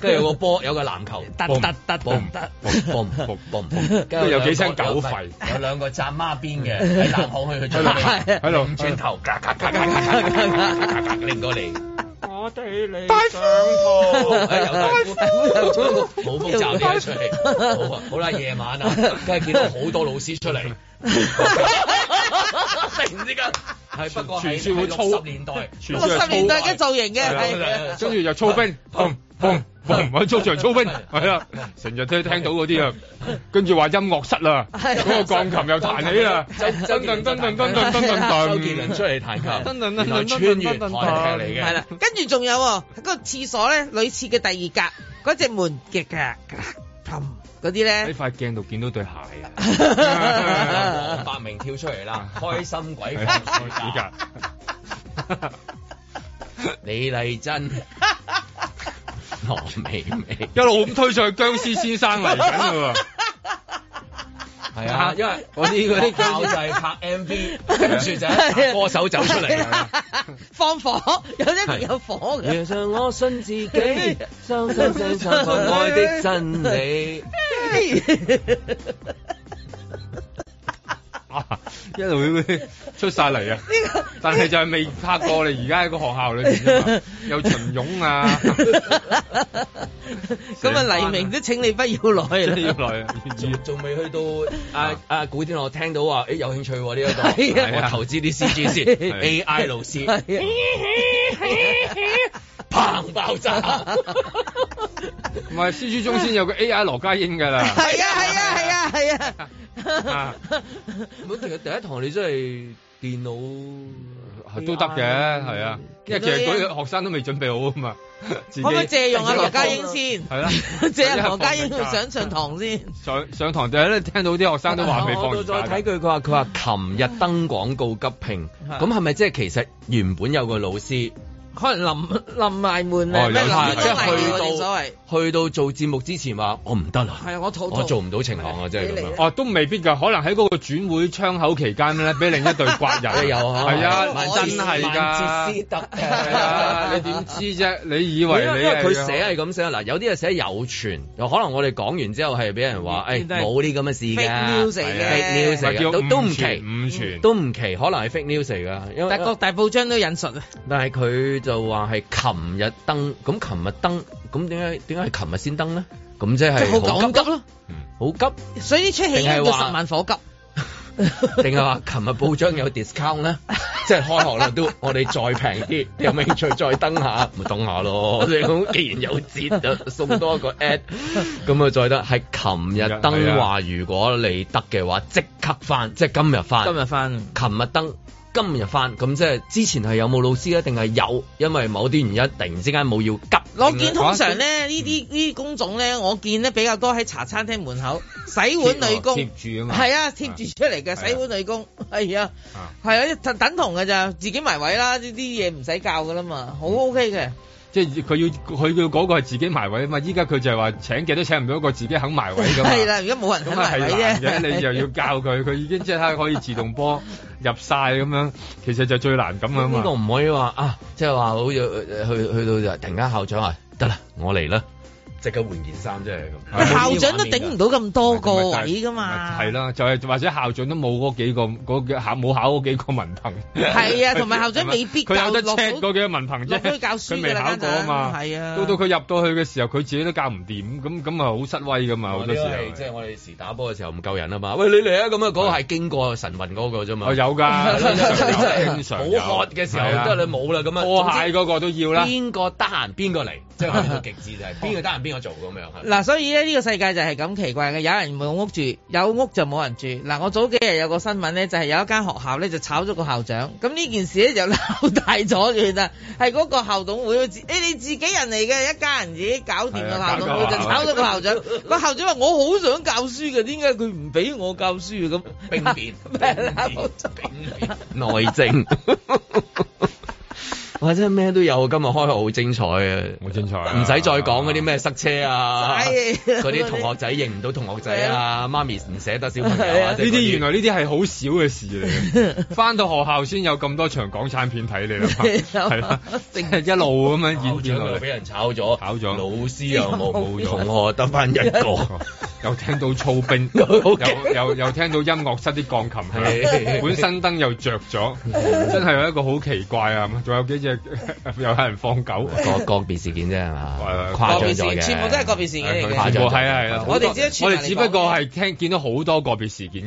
B: 住有個波，有個籃球，
D: 突突突突
B: 嘣嘣
D: 突，
B: 嘣嘣嘣嘣，
F: 跟住有幾聲狗吠
B: 有兩個站孖邊嘅喺籃口去去追你，
F: 喺度
B: 轉頭，嘎嘎嘎嘎嘎嘎嘎嘎嘎 嘎擰過嚟。我哋嚟上堂，有大夫，冇複雜嘅出嚟，好啊，好啦，夜晚啊，梗係見到好多老師出嚟，突然之間，係不過係
F: 傳說會粗
B: 六十年代，
F: 全
D: 六十年代嘅造型嘅，
F: 係啦
D: 係
F: 跟住又操兵， 砰砰砰喺操場操兵，係啦，成日都聽到嗰啲啊。跟住話音樂室啦，嗰個鋼琴又彈起啦，
B: 周周
F: 噔噔噔噔噔噔噔噔，
B: 周杰倫出嚟彈琴，
F: 噔噔噔噔噔噔噔
B: 原來穿越台劇嚟
D: 係
B: 嘅。
D: 啦。跟住仲有喎，嗰個廁所咧，女廁嘅第二格嗰隻門嘅嘅砰嗰啲
F: 喺
D: 咧，
F: 塊鏡度見到對鞋 啊！
B: 黃百鳴跳出嚟啦，開心鬼放
F: 啊
B: 暑假，李麗珍、羅美美，
F: 一路咁推上去，僵屍先生嚟緊啦
B: 係啊，因為我啲嗰啲教就係拍 MV，跟住就係歌手走出嚟。
D: 放火有一年有火嘅。
B: 夜上我信自 己，相信世上份愛的真理。
F: 喎 啊！一路嗰啲出晒嚟啊！但係就係未拍過你而家喺個學校裏邊啫嘛，有秦勇啊，
D: 咁啊，黎明都請你不要來
F: 真係要
D: 啦。
F: 來啊！
B: 仲仲未去到啊啊！古天樂聽到話，誒有興趣喎呢一個，
D: 係
F: 啊
B: 我投資啲 CG 先
D: 係
B: ，AI 老師，
D: 係
B: 砰爆炸，
F: 唔係 C G 中先有個 A I 羅家英㗎
D: 啊，
F: 啦，
D: 係啊，係啊，係啊
F: 啊。
B: 咁其實第一堂你真係電腦
F: 啊都得嘅，係啊，因為其實嗰啲學生都未準備好啊嘛，自己
D: 可唔可以借用阿羅家英先？
F: 係啦， 啊
D: 借阿羅家英去上上堂先。
F: 上上堂就喺度聽到啲學生都話未放
B: 我
F: 完
B: 再
F: 假
B: 睇
F: 㗎，
B: 佢，佢話佢話琴日登廣告急聘，
D: 係
B: 咁係咪即係其實原本有個老師？
D: 可能臨臨埋門啊，
F: 哦有
D: 咩
F: 啲
D: 臨
F: 係
B: 即
D: 門
F: 真
D: 埋
F: 係
D: 門我哋
B: 係去
D: 所謂。
B: 到去到做節目之前話我唔得啦，
D: 係啊我肚痛
B: 我做唔到情行啊，即係
D: 你
B: 咁
D: 嚟
B: 樣。
F: 哦都未必㗎，可能喺嗰個轉會窗口期間咧，俾另一隊刮人，
B: 有啊
F: 係啊
B: 萬，
F: 真係
B: 萬
F: 㗎
B: 捷斯，特
F: 係啊，你點知啫？你以
B: 因為
F: 為
B: 因
F: 你
B: 為
D: 啊
B: 佢
F: 係啊
B: 寫係咁寫啊嗱，有啲係寫有傳，又可能我哋講完之後係俾人話，
D: 呢
B: 誒
D: 啲嗯都係
B: 冇啲咁嘅事㗎
D: fake news 嚟
F: 啊
D: 嘅
B: fake news 嚟
F: 咪叫
B: 嘅，都都唔
F: 誤傳
B: 奇，
F: 誤傳
B: 都唔奇，可能係 fake news 嚟㗎，因為
D: 但各大報章都引述啊，
B: 但係佢就話係琴日登，咁琴日登，咁點解點解係琴日先登咧？咁即
D: 即係
B: 係
D: 好
B: 好
D: 趕
B: 急，
D: 急咯。
B: 好急，
D: 所以呢出戲
B: 定係
D: 叫
B: 話
D: 十萬火急。
B: 定係話琴日報章有 discount 咧？ 即係開學啦，都我哋再平 啲，有冇興趣再登下？咪登下咯，即係咁。啊既然有折，就送多一個 ad，咁啊再得。係啊琴日登話，如果你得嘅話，即刻翻，即係今日翻。
D: 今日翻，
B: 琴日登，今日翻，咁即係之前係有冇老師啊？定係有？因為某啲原因，突然之間冇要急。
D: 我見通常咧呢啲呢啲工種咧，我見咧比較多喺茶餐廳門口洗碗女工。
F: 貼住啊嘛，
D: 係啊，貼住出嚟嘅
F: 係啊
D: 洗碗女工，係啊
F: 啊，
D: 係啊，等等同嘅咋，自己埋位啦，呢啲嘢唔使教噶啦嘛，好 OK 嘅，
F: 即係佢要佢要嗰個係自己埋位啊嘛，依家佢就係話請幾都請唔到一個自己肯埋位 㗎嘛。
D: 係啦，而家冇人
F: 咁
D: 肯
F: 啊
D: 埋
F: 係
D: 位
F: 難嘅，
D: 啫，
F: 你又要教佢，佢已經即刻可以自動波入晒咁樣，其實就最難咁啊
B: 呢
F: 嘛。
B: 個啊唔可以話啊，即係話好似呃去去到就突然間校長啊，得啦，我嚟啦，即刻換件衫 真係 咁。啊
D: 校長都頂唔到咁多個位噶嘛。
F: 係啦，就係或者校長都冇嗰幾個嗰幾考冇考嗰幾個文憑。
D: 係 啊同埋校長未必
F: 佢有得
D: 教
F: check 嗰幾個文憑啫，
D: 落去教書
F: 佢未
D: 㗎啦
F: 考過啊嘛。
D: 家長係啊
F: 到到佢入到去嘅時候，佢自己都教唔掂，咁咁啊好失威噶嘛，好
B: 我
F: 多
B: 哋
F: 時
B: 都
F: 候
B: 係即係我哋時打波嘅時候唔夠人啊嘛，喂你嚟啊咁啊，嗰個係經過神運嗰個啫嘛。
F: 我有㗎，
B: 真
F: 真
B: 係
F: 係經常有
B: 哦好渴嘅時候，
F: 係啊
B: 即係你冇啦咁啊。
F: 拖鞋嗰個都要啦。
B: 邊個得閒邊 個嚟，即係去到極致就係邊個得閒邊個做咁樣。啊
D: 嗱，所以咧呢個世界就係咁奇怪嘅，有人冇屋住，有屋就冇人住。嗱，我早幾日有個新聞咧，就係有一間學校咧就炒咗個校長，咁呢件事咧就鬧大咗佢啦，係嗰個校董會，誒你自己人嚟嘅，一家人自己搞掂個
F: 係啊
D: 校董會就炒咗
F: 搞個
D: 個校長。個校長話：我好想教書嘅，點解佢唔俾我教書嘅咁？
B: 兵 變
D: 係啦冇錯
B: 內 政。哇！真係咩都有，今日開學好精彩啊！
F: 好精彩啊
B: 唔使再講嗰啲咩塞車 啊，
D: 係
B: 嗰啲同學仔認唔到同學仔啊，媽咪唔捨得小朋友
D: 係啊
B: 啊，
F: 呢啲原來呢啲係好少嘅事嚟嘅，翻到學校先有咁多場港產片睇你啦，係啦，即係一路咁樣演
B: 校
F: 變
B: 長
F: 落
B: 又
F: 嚟
B: 俾。人炒咗，
F: 炒咗
B: 老師又冇，
F: 冇咗
B: 同學得 翻一 個。
F: 哦又聽到操兵，
B: 好
F: 又
B: 驚
F: 又又聽到音樂室啲鋼琴
B: 係
F: 響，本身燈又着咗，真係有一個好奇怪啊！仲有幾隻 又有人放狗，
B: 個個別事件啫係嘛
F: 係係，
D: 啊個
B: 誇
D: 別
B: 張咗
D: 事，
B: 嘅，
D: 全部都係個別事件嚟
B: 係
D: 嘅。
B: 誇
F: 哎全
B: 張
F: 部
B: 咗
F: 係啊係啦。
D: 我哋只係
F: 我
D: 串埋嚟講
F: 哋只不過係聽見到好多個別事件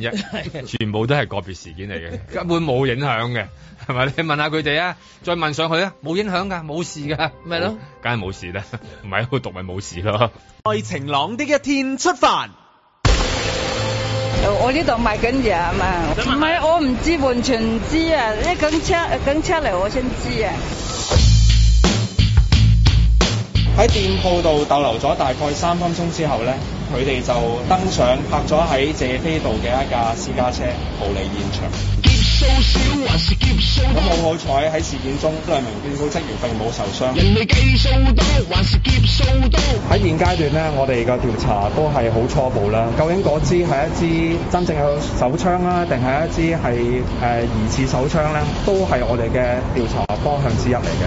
F: 啫，全部都係個別事件嚟嘅，根本冇影響嘅，係咪？你問下佢哋啊，再問上去啊，冇影響㗎，冇事㗎，
D: 咪咯，
F: 梗係冇事啦， 唔係喺度讀咪冇事咯。
E: 在晴朗的一天出發。
J: 呃我呢度賣緊嘢啊嘛，唔係我唔知，完全唔知啊！一緊車緊車嚟，我先知啊。
K: 喺店鋪度逗留咗大概三分鐘之後呢，佢哋就登上泊咗喺謝斐道嘅一架私家車逃離現場。咁好好彩喺事件中，兩名政府職員並冇受傷。喺現階段呢，我哋嘅調查都係好初步啦。究竟嗰支係一支真正嘅手槍啦，定係一支係誒、呃疑似手槍呢？都係我哋嘅調查方向之一嚟嘅。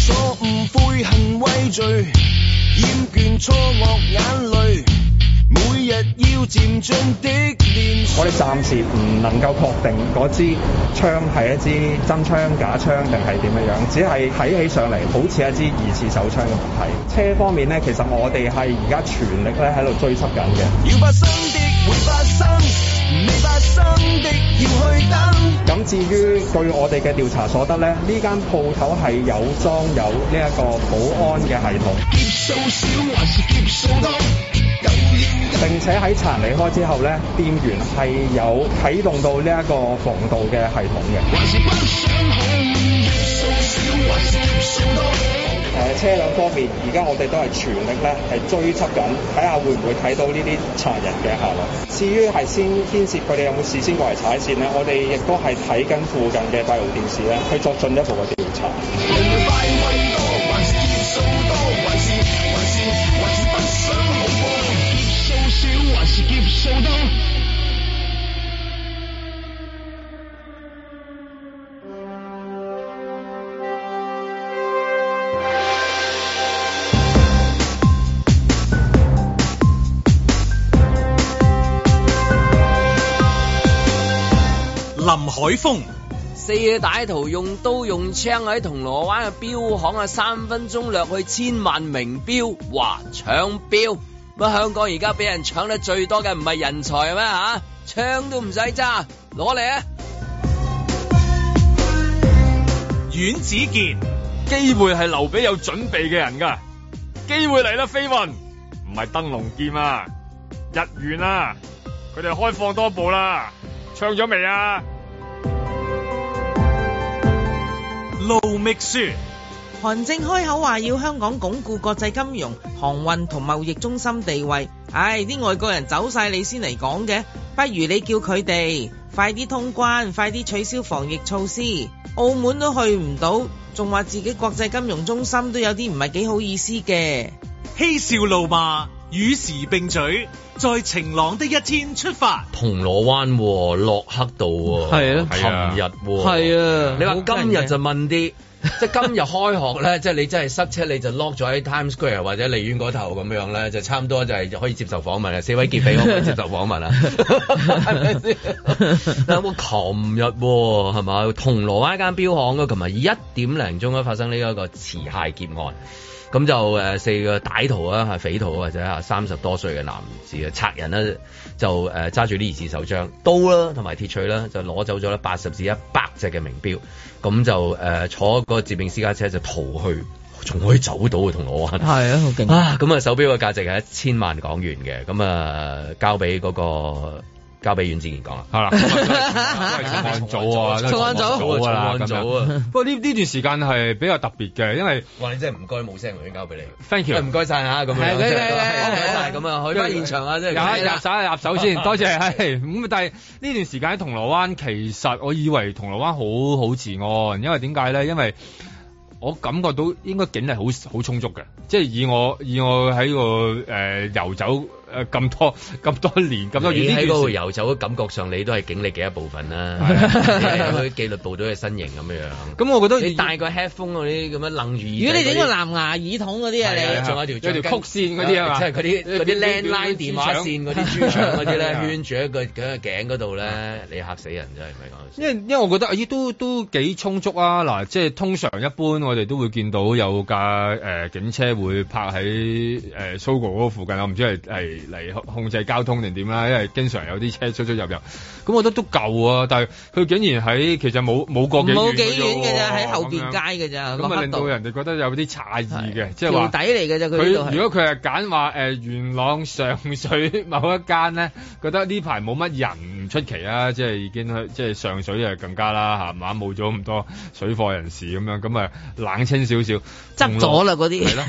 H: 錯誤悔恨畏罪，厭倦錯愕眼淚，每日要漸進的練
K: 我哋暫時唔能夠確定嗰支槍係一支真槍假槍定係點樣樣，只係睇起上嚟好似一支疑似手槍嘅物體。車方面呢，其實我哋係而家全力咧喺度追緝緊嘅。
H: 要發生的會發生，未發生的要去等。
K: 咁至於據我哋嘅調查所得呢，呢間鋪頭係有裝有呢一個保安嘅系統。並且喺賊人離開之後呢，店員係有啟動到呢一個防盜嘅系統嘅。誒、車輛方面，而家我哋都係全力咧係追緝緊，睇下會唔會睇到呢啲賊人嘅下落。至於係先牽涉佢哋有冇事先過嚟踩線呢，我哋亦都係睇緊附近嘅閉路電視咧，去作進一步嘅調查。
A: 林海峰、
B: 四大圖用刀用槍喺銅鑼灣嘅標行啊，三分鐘掠去千萬名標，哇！搶標乜香港而家俾人搶得最多嘅唔係人才啊咩嚇？槍都唔使揸，攞嚟啊！
A: 阮子健、
C: 機會係留俾有準備嘅人㗎。機會嚟啦，飛雲，唔係燈籠劍啊，日元啊，佢哋開放多步啦，唱咗未啊？
A: 盧覓雪。
D: 韓正開口話要香港鞏固國際金融、航運同貿易中心地位，唉，啲外國人走晒你先嚟講嘅，不如你叫佢哋快啲通關，快啲取消防疫措施。澳門都去唔到，仲話自己國際金融中心都有啲唔係幾好意思嘅。
A: 嬉笑怒罵，與時並舉，在晴朗的一天出發。
B: 銅鑼灣喎，洛克道喎，
F: 係啊
B: 琴日喎，
D: 係啊
B: 你話今日就問啲，即係今日開學咧，即係你真係塞車，你就 lock 咗喺 Times Square 或者利園嗰頭咁樣咧，就差唔多就係可以接受訪問啊！四位傑俾我可以接受訪問啊！嗱，我琴日喎係嘛，銅鑼灣一間錶行嗰琴日一點零鐘咧啊發生呢一個持械劫案。咁就誒四個歹徒啊，係匪徒啊或者啊三十多歲嘅男子嘅賊人咧，就誒揸住呢二字手槍、刀啦，同埋鐵錘啦，就攞走咗咧八十至一百隻嘅名錶，咁就誒、呃坐個接應私家車就逃去，仲可以走到嘅銅鑼灣。
L: 係啊，好勁
B: 啊！咁啊，手錶嘅價值係一千萬港元嘅，咁啊交俾嗰、個。交俾阮志賢講啦，
F: 係啦，重案組 啊，
B: 重案組
F: 重啊，
B: 重案組啊
F: 咁樣不過呢呢段時間係比較特別嘅，因為啊
B: 哇！你真係唔該冇聲，我已經交俾 你。
F: thank you，
B: 唔該晒嚇 咁樣
F: 係
B: 真係
F: 係
B: 唔該晒咁啊去返現場啊真係
F: 有啊
B: 係啦
F: 入手啊入手先，多謝係咁。啊但係呢段時間喺銅鑼灣，其實我以為銅鑼灣好好治安，因為點解咧？因為我感覺到應該警力好好充足嘅，即係以我以我喺個誒遊走誒咁多咁多年咁多
B: 你
F: 月呢段
B: 喺嗰度
F: 時
B: 遊走，感覺上你都係警力嘅一部分啦， 你係去紀律部隊嘅身形咁樣樣。
F: 咁我覺得
B: 你戴個 headphone 嗰啲咁樣楞住
D: 如
B: 耳
D: 果
B: 仔嗰啲，
D: 你整個藍牙耳筒嗰啲啊，
B: 係
D: 你
B: 仲有條
F: 有條
B: 橡
F: 曲
B: 筋
F: 線嗰啲啊嘛
B: 即係嗰啲嗰啲
F: 嗰啲
B: landline 電話線嗰啲
F: 豬腸
B: 豬腸嗰 啲
F: 係
B: 咧
F: 啊，
B: 圈住一個嗰個頸嗰度咧，你嚇死人真係唔係講笑。
F: 因為因為我覺得咦都都幾充足啊！嗱，即係通常一般我哋都會見到有架誒、呃警車會泊喺誒 Sogo 嗰附近，我唔知係係嚟控控制交通定點啦，因為經常有啲車出出入入，咁我覺得都夠啊！但係佢竟然喺其實冇冇過幾
D: 冇幾
F: 幾
D: 遠嘅咋，喺後邊
F: 邊
D: 街嘅咋，
F: 咁
D: 個
F: 啊
D: 黑
F: 令
D: 道
F: 到人哋覺得有啲詫異嘅，即係
D: 橋
F: 話
D: 底嚟嘅咋，佢呢度係
F: 佢如果佢係揀話誒元朗上水某一間咧，覺得呢排冇乜人唔出奇啊，即係已經去即係上水啊更加啦嚇，嘛冇咗咁多水貨人士咁樣，咁啊冷清少少，
D: 執咗啦嗰啲
F: 係咯，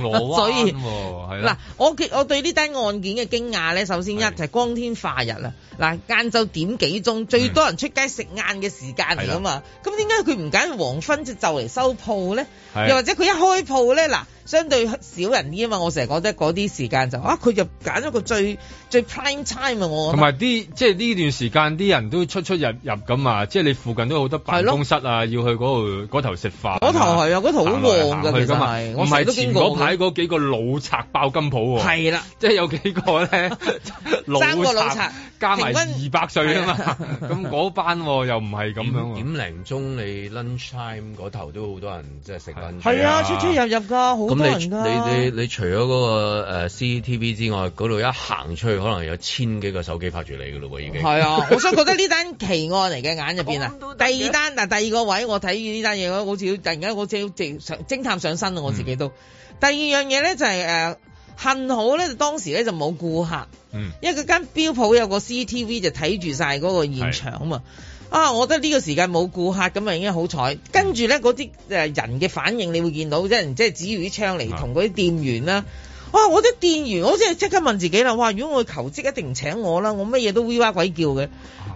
F: 鑼灣
D: 所以
F: 喎係啊
D: 嗱
F: 啦，，
D: 我嘅我對呢單案件嘅驚訝咧，首先一就係光天化日啦。嗱，晏晝點幾鐘最多人出街食晏嘅時間嚟噶啊嘛？咁點解佢唔揀黃昏就就嚟收鋪咧？
J: 係
D: 又或者佢一開鋪咧，嗱，相對少人啲啊嘛。我成日覺得嗰啲時間就啊，佢就揀咗個最最 prime time 啊！我
F: 同埋啲即係呢段時間啲人都出出入入咁啊，即係你附近都好多辦公室啊，要去嗰度嗰頭食飯。
D: 嗰頭係啊嗰頭好
F: 行來
D: 旺㗎
F: 行去
D: 其實
F: 嘛
D: 係
F: 唔
D: 我成日
F: 係
D: 都
F: 前
D: 經
F: 嗰
D: 過
F: 排嗰幾個老賊爆金鋪喎。
D: 係啦，
F: 即係有幾個咧 老
D: 三個老
F: 賊
D: 賊
F: 加埋
D: 平均
F: 二百歲啊嘛， 咁嗰班喎又唔係咁
D: 啊
F: 樣喎。
B: 點零鐘你 lunch time 嗰頭都好多人即係食 lunch。
D: 係啊，出出入入㗎，好多
B: 咁
D: 人
B: 你
D: 㗎。
B: 你你你除咗嗰個誒呃 CCTV 之外，嗰度一行出去可能有千幾個手機拍住你㗎咯喎，已經。
D: 係 啊，我所以覺得呢單奇案嚟嘅眼入邊啊。第二單嗱，第二個位我睇呢單嘢，我好似突然間好似要直上偵探上身啊！我自己
B: 嗯
D: 都。第二樣嘢咧就係、誒、幸好咧當時咧就冇顧客，
F: 嗯
D: 因為嗰間標鋪有個 CCTV 就睇住晒嗰個現場啊嘛。啊，我覺得呢個時間冇顧客咁啊已經好彩。跟住咧嗰啲誒人嘅反應，你會見到即係即係指住啲窗嚟同嗰啲店員啦。哇！我啲店員，我即係即刻問自己啦。哇！如果我求職，一定唔請我啦。我乜嘢都 V 哇鬼叫嘅。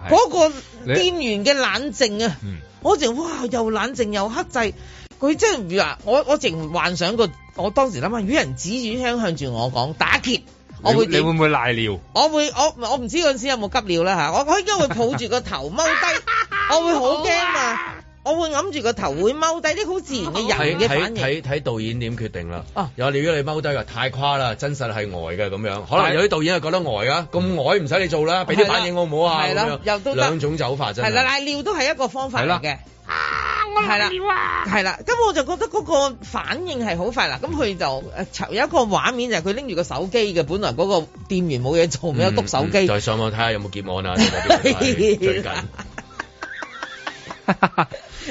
D: 嗰個店員嘅冷靜啊，
F: 嗯
D: 我淨哇又冷靜又克制。佢真係話啊我我淨幻想過，我當時諗下，如果有人指住香向住我講打劫，我啊會
F: 你你
D: 點
F: 會？唔會賴尿？
D: 我會我我唔知嗰陣時有冇急尿啦嚇，我我應該會抱住個頭踎 低，我會好驚啊！哦我會揞住個頭會踎低，呢個好自然嘅
B: 睇
D: 人嘅
B: 睇
D: 反應。
B: 睇睇導演點決定啦。
D: 啊
B: 有你如果你踎低話太誇啦，真實係呆嘅咁樣，可
D: 係嗯
B: 能有啲導演係覺得呆啊，咁呆唔使你做啦，俾啲反應好唔好啊？
D: 係啦
B: 咁樣
D: 又都得
B: 兩種走法真
D: 係啦，瀨尿都係一個方法嚟嘅。係啦，係啦，咁我就覺得嗰個反應係好快啦。咁佢就誒有一個畫面就係佢拎住個手機嘅，本來嗰個店員冇嘢做，咪有篤手
B: 嗯
D: 機。
B: 再上網睇下有冇劫案啊！睇下
D: 嗯
B: 邊個係最近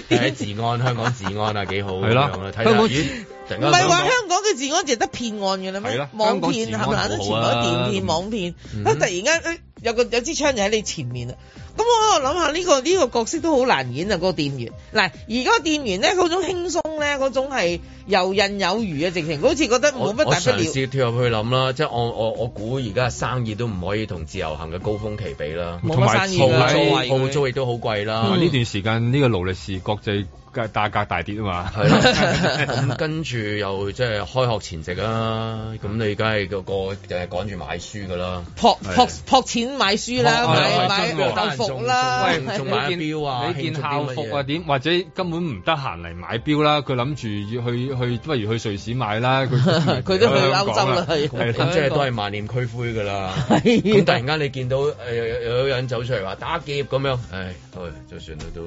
B: 睇下治安，香港治安啊幾好
F: 係啦
B: 咁樣睇下
F: 香港
B: 咦突然
D: 唔係
B: 間
D: 話
B: 想
D: 香港嘅治安淨係得騙案嘅啦
B: 啊係
D: 咩
B: 啦？
D: 網騙
B: 香
D: 係咪
B: 港治安
D: 都全部
B: 好啊
D: 都電騙
B: 嗯
D: 網騙？
B: 嗯
D: 啊！突然間誒有個有支槍就喺你前面啦。啊咁我喺度諗下呢個呢個角色都好難演啊！嗰個店員嗱，而嗰個店員咧嗰種輕鬆咧，嗰種係游刃有餘啊，直情好似覺得冇
B: 我
D: 乜
B: 我
D: 大不
B: 嘗
D: 了。
B: 試跳入去諗啦，即係我我我估而家生意都唔可以同自由行嘅高峰期比啦，
F: 冇
D: 嗯
F: 乜生意㗎
B: 同埋
F: 同
B: 鋪
F: 埋
B: 租租亦都好貴啦。
F: 呢段時間呢個勞力士國際價價格大跌啊 嘛，
B: 係啦，咁跟住又即係開學前夕啦，咁你梗係個個就係趕住買書㗎啦，
D: 撲撲撲錢買書啦，
B: 哦
D: 買買校服啦，
F: 喂，仲買表啊？你件校服啊點？或者根本唔得閒嚟買表啦，佢諗住要去去，不如去瑞士買啦。 佢
D: 佢都去歐洲啦係
F: 啊係
B: 咁即係都係萬念俱灰㗎 啦。咁突然間你見到誒有有有人走出嚟話打劫咁樣，唉，去就算啦都，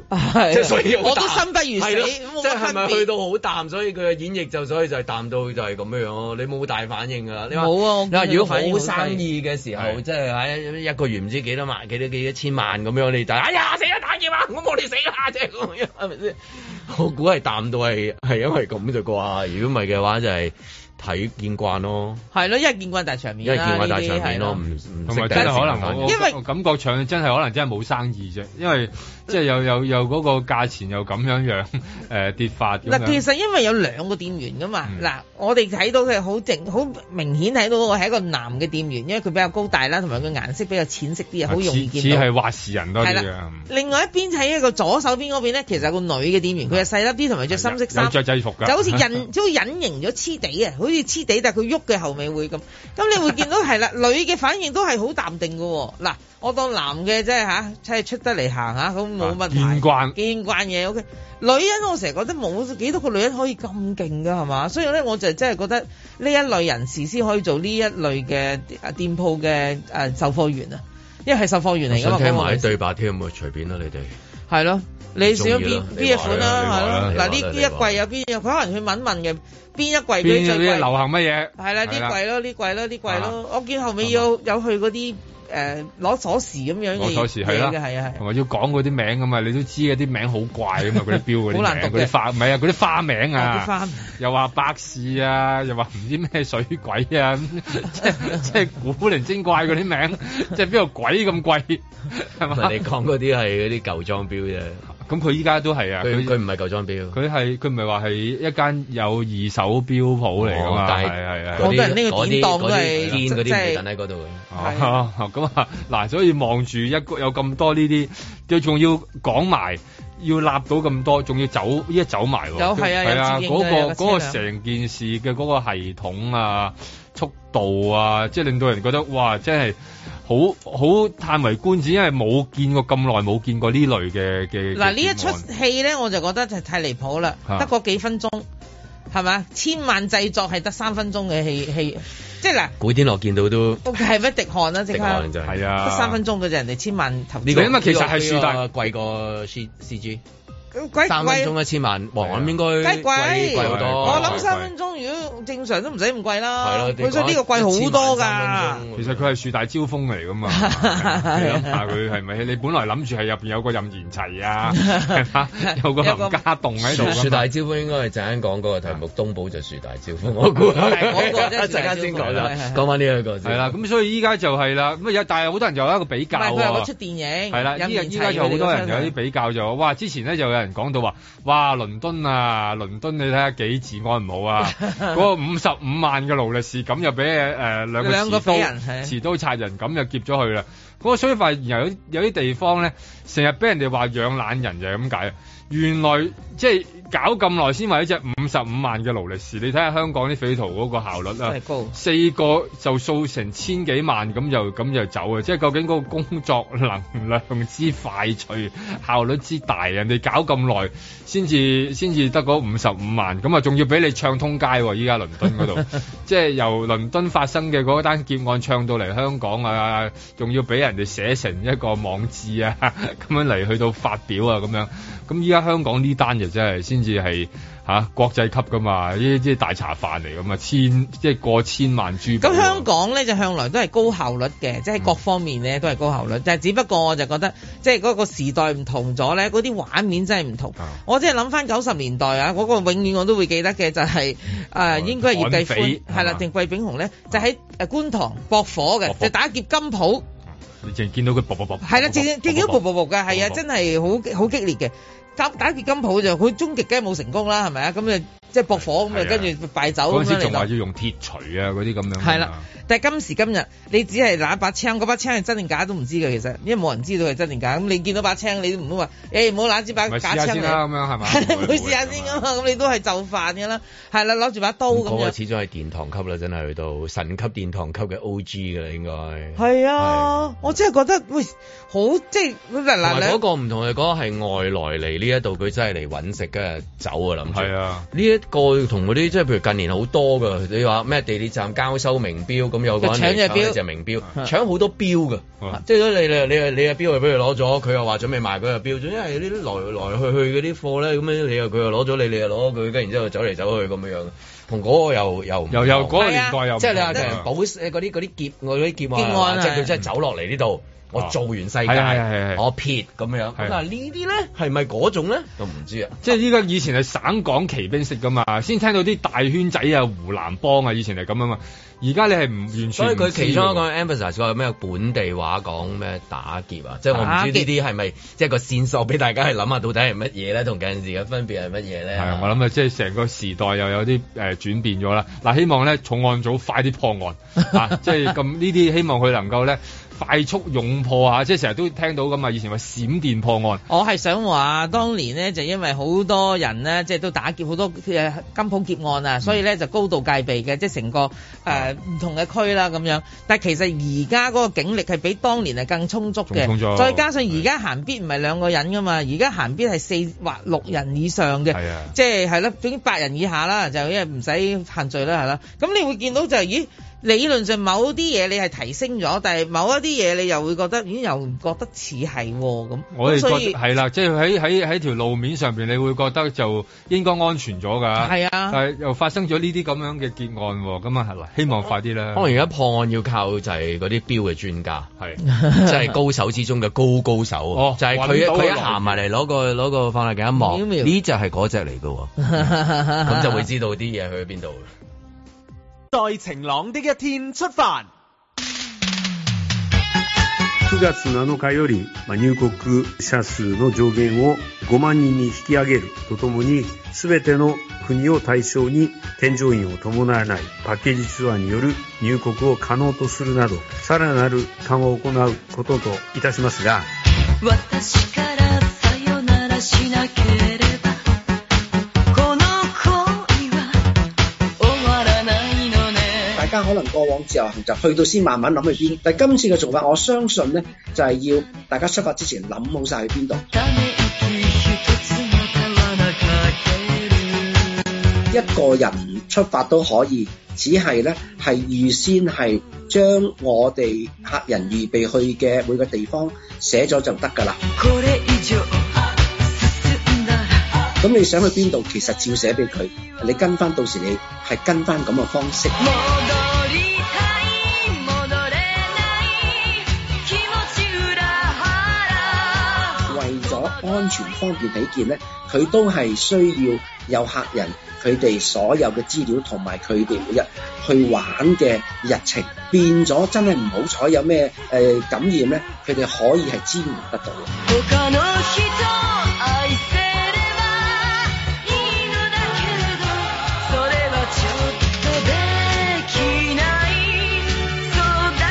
B: 即係所以好
D: 我都
B: 淡
D: 生不如死
B: 係咯
D: 冇乜
B: 即係咪
D: 分別
B: 去到好淡，所以佢嘅演繹就所以就係淡到就係咁樣樣咯。你冇大反應㗎，你話
D: 冇啊我見
B: 你話
D: 佢
B: 如
D: 個
B: 果
D: 反應好
B: 好
D: 低
B: 生意嘅時候，即係喺一個月唔知幾多萬、幾多幾多千萬咁樣，你就哎呀死啦打劫啊！咁我哋死啦，即係咁樣，係咪先？我估係淡到係係因為咁啫啩，如果唔係嘅話就係睇見慣咯。
D: 係咯，因為見慣大場面
B: 因為
D: 啦，
B: 見慣大
D: 呢啲
B: 場面
D: 係
B: 咯，
D: 啦
B: 唔唔
F: 同
B: 識
F: 埋
B: 第
F: 真
B: 一
F: 係
B: 時
F: 可
B: 間反
F: 能
B: 應
F: 我
D: 因為呃
F: 我感覺上真係可能真係冇生意啫，因為即係又又又嗰個價錢又咁樣 樣誒跌法咁
D: 嗱，其
F: 樣。
D: 實因為有兩個店員噶嘛，
F: 嗯
D: 嗱、我哋睇到佢好靜，好明顯睇到我係一個男嘅店員，因為佢比較高大啦，同埋佢顏色比較淺色啲，好容易
F: 啊似
D: 見
F: 似
D: 到。
F: 係話事人多啲啊嗯
D: 係
F: 嘅
D: 啦，另外一邊喺一個左手邊嗰邊咧，其實有個女嘅店員，佢係細粒啲，同埋着深色
F: 有
D: 衫，
F: 着制服㗎，
D: 就好 似 隱，即好似隱形咗黐地啊，好似黐地，但係佢喐嘅後尾會咁。咁你會見到係 啦，女嘅反應都係好淡定嘅喎。嗱，我當男嘅即係吓，即係出得嚟行下咁
B: 啊
D: 冇問題。
F: 見慣
D: 見慣嘢，OK。女人我成日覺得冇幾多個女人可以咁勁㗎，係嘛？所以咧，我就真係覺得呢一類人士先可以做呢一類嘅啊店鋪嘅誒售貨員啊，因為係售貨員
B: 我
D: 嚟㗎嘛。
B: 想聽
D: 嗰個
B: 埋
D: 女
B: 啲
D: 士
B: 對白添，咪隨便啦你 哋。
D: 係咯，你想
B: 中意
D: 邊
B: 啦
D: 邊一款
B: 你
D: 啦，係
B: 話啦你話
D: 咯。
B: 啦
D: 嗱呢呢一
B: 你話啦
D: 季有邊有？佢可能去問問嘅邊一季嗰
F: 邊啊
D: 啲最
F: 啲
D: 貴。
F: 流行乜嘢？
D: 係啦，呢季咯，呢季咯，呢季
F: 係啦
D: 咯。我見後尾有有去嗰啲誒攞鎖匙咁樣嘅
F: 攞鎖匙係
D: 嘢嘅，係啊
F: 啦，同埋要講嗰啲名㗎嘛，你都知嗰啲名好怪㗎嘛，嗰啲標嗰
D: 好
F: 啲
D: 難
F: 名，
D: 讀
F: 嗰
D: 嘅
F: 啲花唔係啊，嗰啲花名
D: 哦啲花
F: 啊
D: 名，
F: 又話百事啊，又話唔知咩水鬼啊， 咁即係即係古靈精怪嗰啲名， 即係邊個鬼咁貴係
B: 唔
F: 嘛？
B: 係你講嗰啲係嗰啲舊裝錶啫，
F: 咁佢依家都係啊，
B: 佢佢唔係舊裝錶。
F: 佢係佢唔係話係一間有二手錶鋪嚟㗎
B: 哦
F: 嘛，
B: 但
F: 係
B: 係
F: 係係。
B: 嗰啲
D: 好多人呢個典當都係
B: 嗰啲嗰啲堅嗰
D: 即
B: 啲
D: 係
B: 會等喺嗰度嘅。
D: 係
F: 哦，咁啊，嗱，所以望住一個有咁多呢啲，又仲要講埋，要立到咁多，仲要走依家走埋喎。
D: 有係啊有自認
F: 嗰
D: 嘅有
F: 個
D: 個
F: 嗰個
D: 車輛
F: 成件事嘅嗰個系統啊、速度啊，即係令到人覺得哇，真係好好歎為觀止，因為冇見過咁耐，冇見過呢類嘅嘅。
D: 嗱
F: 嘅
D: 呢一
F: 片
D: 出
F: 案
D: 戲咧，我就覺得就太離譜啦，
F: 啊
D: 得嗰幾分鐘係嘛？千萬製作係得三分鐘嘅戲戲，即係嗱，
B: 古天樂見到都
D: 係乜滴汗啦？即
B: 滴
D: 刻
B: 汗就
F: 係
B: 係。
F: 啊，
D: 得三分鐘嘅啫，人哋千萬投資
B: 呢個
F: 因為啊其實係樹大
B: 呢個貴過 C C G，
D: 咁鬼
B: 三分
D: 哎貴
B: 鐘一千萬，哇！
F: 啊
B: 我諗應該
D: 梗係
B: 貴
D: 貴
B: 貴好多。
D: 我諗三分鐘如果正常都唔使咁貴
B: 係
D: 啦
B: 咯，，
D: 佢所以呢個貴好多㗎。
F: 其實佢係樹大招風 嚟噶嘛，你諗下佢係咪？你本來諗住係入邊有個任賢 齊啊，係嘛？有個林家棟喺度㗎嘛
B: 樹大招風應該係陣間講嗰個題目，東寶就樹大招風，我估
D: 係嗰個真係
B: 一陣間先講
D: 樹大招
B: 啦
D: 風，
B: 講翻呢一個先。
F: 係啦，咁所以依家就係啦，咁啊有但係好多人就有一個比
D: 唔
F: 較啊
D: 係佢有個
F: 喎
D: 出。電影，
F: 係啦，
D: 任
F: 依家
D: 賢
F: 依
D: 齊
F: 家就好多
D: 佢
F: 人
D: 哋個
F: 有啲比較就話，哇！之前咧就有人講到話，哇！倫敦啊，倫敦你睇下幾治安唔好啊， 嗰個五十五萬嘅勞力士咁又俾誒兩個
D: 兩
F: 持
D: 個
F: 刀
D: 俾人係
F: 持刀殺人咁就劫咗佢啦。嗰、個所以發現有啲有啲地方咧，成日俾人哋話養懶人就係咁解啊。原來即係搞咁耐先買一隻五十五萬嘅勞力士，你睇下香港啲匪徒嗰個效率啊
D: 真係，高
F: 四個就數成千幾萬咁就咁就走啊！即係究竟嗰個工作能量之快脆、效率之大，人哋搞咁耐先至先至得嗰五十五萬，咁啊仲要俾你唱通街喎！依家倫敦嗰度，即係由倫敦發生嘅嗰單劫案唱到嚟香港啊，仲要俾人哋寫成一個網誌啊，咁樣嚟去到發表啊咁樣。咁依家香港呢單就真係先至係嚇國際級噶嘛，呢啲大茶飯嚟噶嘛，千即係過千萬珠寶啊。
D: 咁香港咧就向來都係高效率嘅，即係各方面咧都係高效率。但係只不過我就覺得，即係嗰個時代唔同咗咧，嗰啲畫面真係唔
F: 啊
D: 同。我即係諗翻九十年代啊，嗰、個永遠我都會記得嘅就係、啊應該係葉繼
F: 悍匪
D: 歡係啦，
F: 係嘛
D: 定季炳雄咧就喺誒觀塘駁火
F: 啊駁
D: 嘅，
F: 火
D: 就打劫金鋪。
F: 你淨係見到佢卜卜卜，
D: 係啦，正正正經勃勃勃嘅，係啊，
F: 勃勃勃
D: 真係好好激烈嘅。打打劫金鋪就佢終極梗係冇成功啦，係咪啊？咁就即係駁火咁啊，跟住敗走咁
F: 嗰
D: 樣
F: 陣時
D: 嚟
F: 仲話
D: 到
F: 要。用鐵錘啊嗰啲咁樣。
D: 係啦，但係今時今日，你只係拿把槍，嗰把槍係真定假都唔知嘅，其實，因為冇人知道係真定假。咁你見到把槍，你都唔好話，誒唔好拿支把
F: 咪
D: 假
F: 試下
D: 槍
F: 先啦，
D: 嚟
F: 咁，樣係嘛？
D: 係會試下先噶嘛。咁你都係就範嘅啦，係啦，攞住把刀咁
B: 哦嗰個
D: 樣，
B: 始終係殿堂級啦，真係去到神級殿堂級嘅 O.G. 㗎啦，應該。
D: 係啊，我真係覺得喂，好即係嗱
B: 同
D: 嗱
B: 埋
D: 兩
B: 嗰個唔同嘅嗰個係外來嚟呢一度，佢真係嚟揾食，跟住走啊諗住。
F: 係啊，
B: 呢一個同嗰啲即係譬如近年好多㗎，你話咩地鐵站交收名錶咁有個人嚟
D: 就搶隻錶
B: 搶隻名錶，搶好多錶㗎，啊即係你你你你嘅錶又俾佢攞咗，佢又話準備賣佢嘅錶，總之係呢啲來來去去嗰啲貨咧，咁樣你又佢又攞咗你，你又攞佢，跟住然之後走嚟走去咁樣樣，同嗰個又又唔
F: 又又
B: 同
F: 嗰個年代又唔
B: 即係你話
F: 同
B: 誒保嗰啲嗰啲劫我嗰啲劫
F: 劫
B: 案
F: 案
B: 啊，
F: 啊哦
B: 即係佢真係走落嚟呢度，我做完世
F: 係啊係啊
B: 界，我撇咁樣。
F: 係啊
B: 咁啊呢啲咧係咪嗰種咧？都唔知啊。
F: 即係依家以前係省港旗兵式噶嘛，先聽到啲大圈仔啊、湖南幫啊，以前係咁啊嘛。而家你係唔完全，
B: 所以佢其中一個 emphasize 佢有咩本地話講咩打劫啊，即係我唔知呢啲係咪即係個線索俾大家係諗下到底係乜嘢咧，同近陣時嘅分別係乜嘢
F: 係啊
B: 咧？
F: 我諗啊，即係成個時代又有啲誒、呃、轉變咗啦。嗱，希望咧重案組快啲破 案啊！即係咁呢啲，希望佢能夠咧快速擁破啊！即係成日都聽到噶啊嘛，以前話閃電破案。
D: 我係想話，當年呢，就因為好多人呢，即係都打劫好多誒金鋪劫案
F: 嗯
D: 啊，所以呢，就高度戒備嘅，即係成個誒呃唔、同嘅區啦咁樣。但係其實而家嗰個警力係比當年係更充足
F: 仲充
D: 嘅，
F: 足
D: 再加上而家行必唔係兩個人噶嘛，而家行必係四或六人以上嘅，
F: 係啊
D: 即係係啦，總之八人以下啦，就因為唔使限聚啦，係啦。咁你會見到就係咦？理論上某啲嘢你係提升咗，但係某一啲嘢你又會覺得，咦又唔覺得似係喎咁。
F: 我哋
D: 咁所
F: 覺
D: 以
F: 得係啦，即係喺喺喺條路面上邊，你會覺得就應該安全咗㗎。
D: 係啊
F: 但係又發生咗呢啲咁樣嘅劫案喎，咁啊係啦，希望快啲啦。
D: 哦
B: 可能而家破案要靠就係嗰啲標嘅專家，
F: 係
B: 即係高手之中嘅高高手，啊
F: 哦
B: 就係
F: 揾
B: 佢
F: 到
B: 佢一
F: 來源
B: 行埋嚟攞個攞個放大鏡一
D: 瞄
B: 望，
D: 瞄
B: 呢只係嗰只嚟嘅喎，咁
D: 咁
F: 啊
B: 就會知道啲嘢去邊度。
E: 在晴朗的一天出發。
L: 9月7日よりまあ入国者数の上限を5万人に引き上げるとともに、すべての国を対象に添乗員を伴わないパッケージツアーによる入国を可能とするなど、さらなる緩和を行うことといたしますが、
M: 私からさよならしなければこの恋は終わらないのね
N: 大家可能過往自由行就去到先慢慢諗去邊，但係今次嘅做法，我相信呢，就係、要大家出發之前諗好晒去邊度。一個人出發都可以，只係呢係預先係將我哋客人預備去嘅每個地方寫咗就得㗎啦。
M: これ以上
N: 咁你想去邊度，其實照寫俾佢，你跟翻到時你係跟翻咁嘅方式。為咗安全方面起見咧，佢都係需要有客人佢哋所有嘅資料同埋佢哋每日去玩嘅日程，變咗真係唔好彩有咩誒、呃感染咧，佢哋可以係支援得到嘅。
M: 他の人愛せればいいのだけどそれはちょっとできないそうだ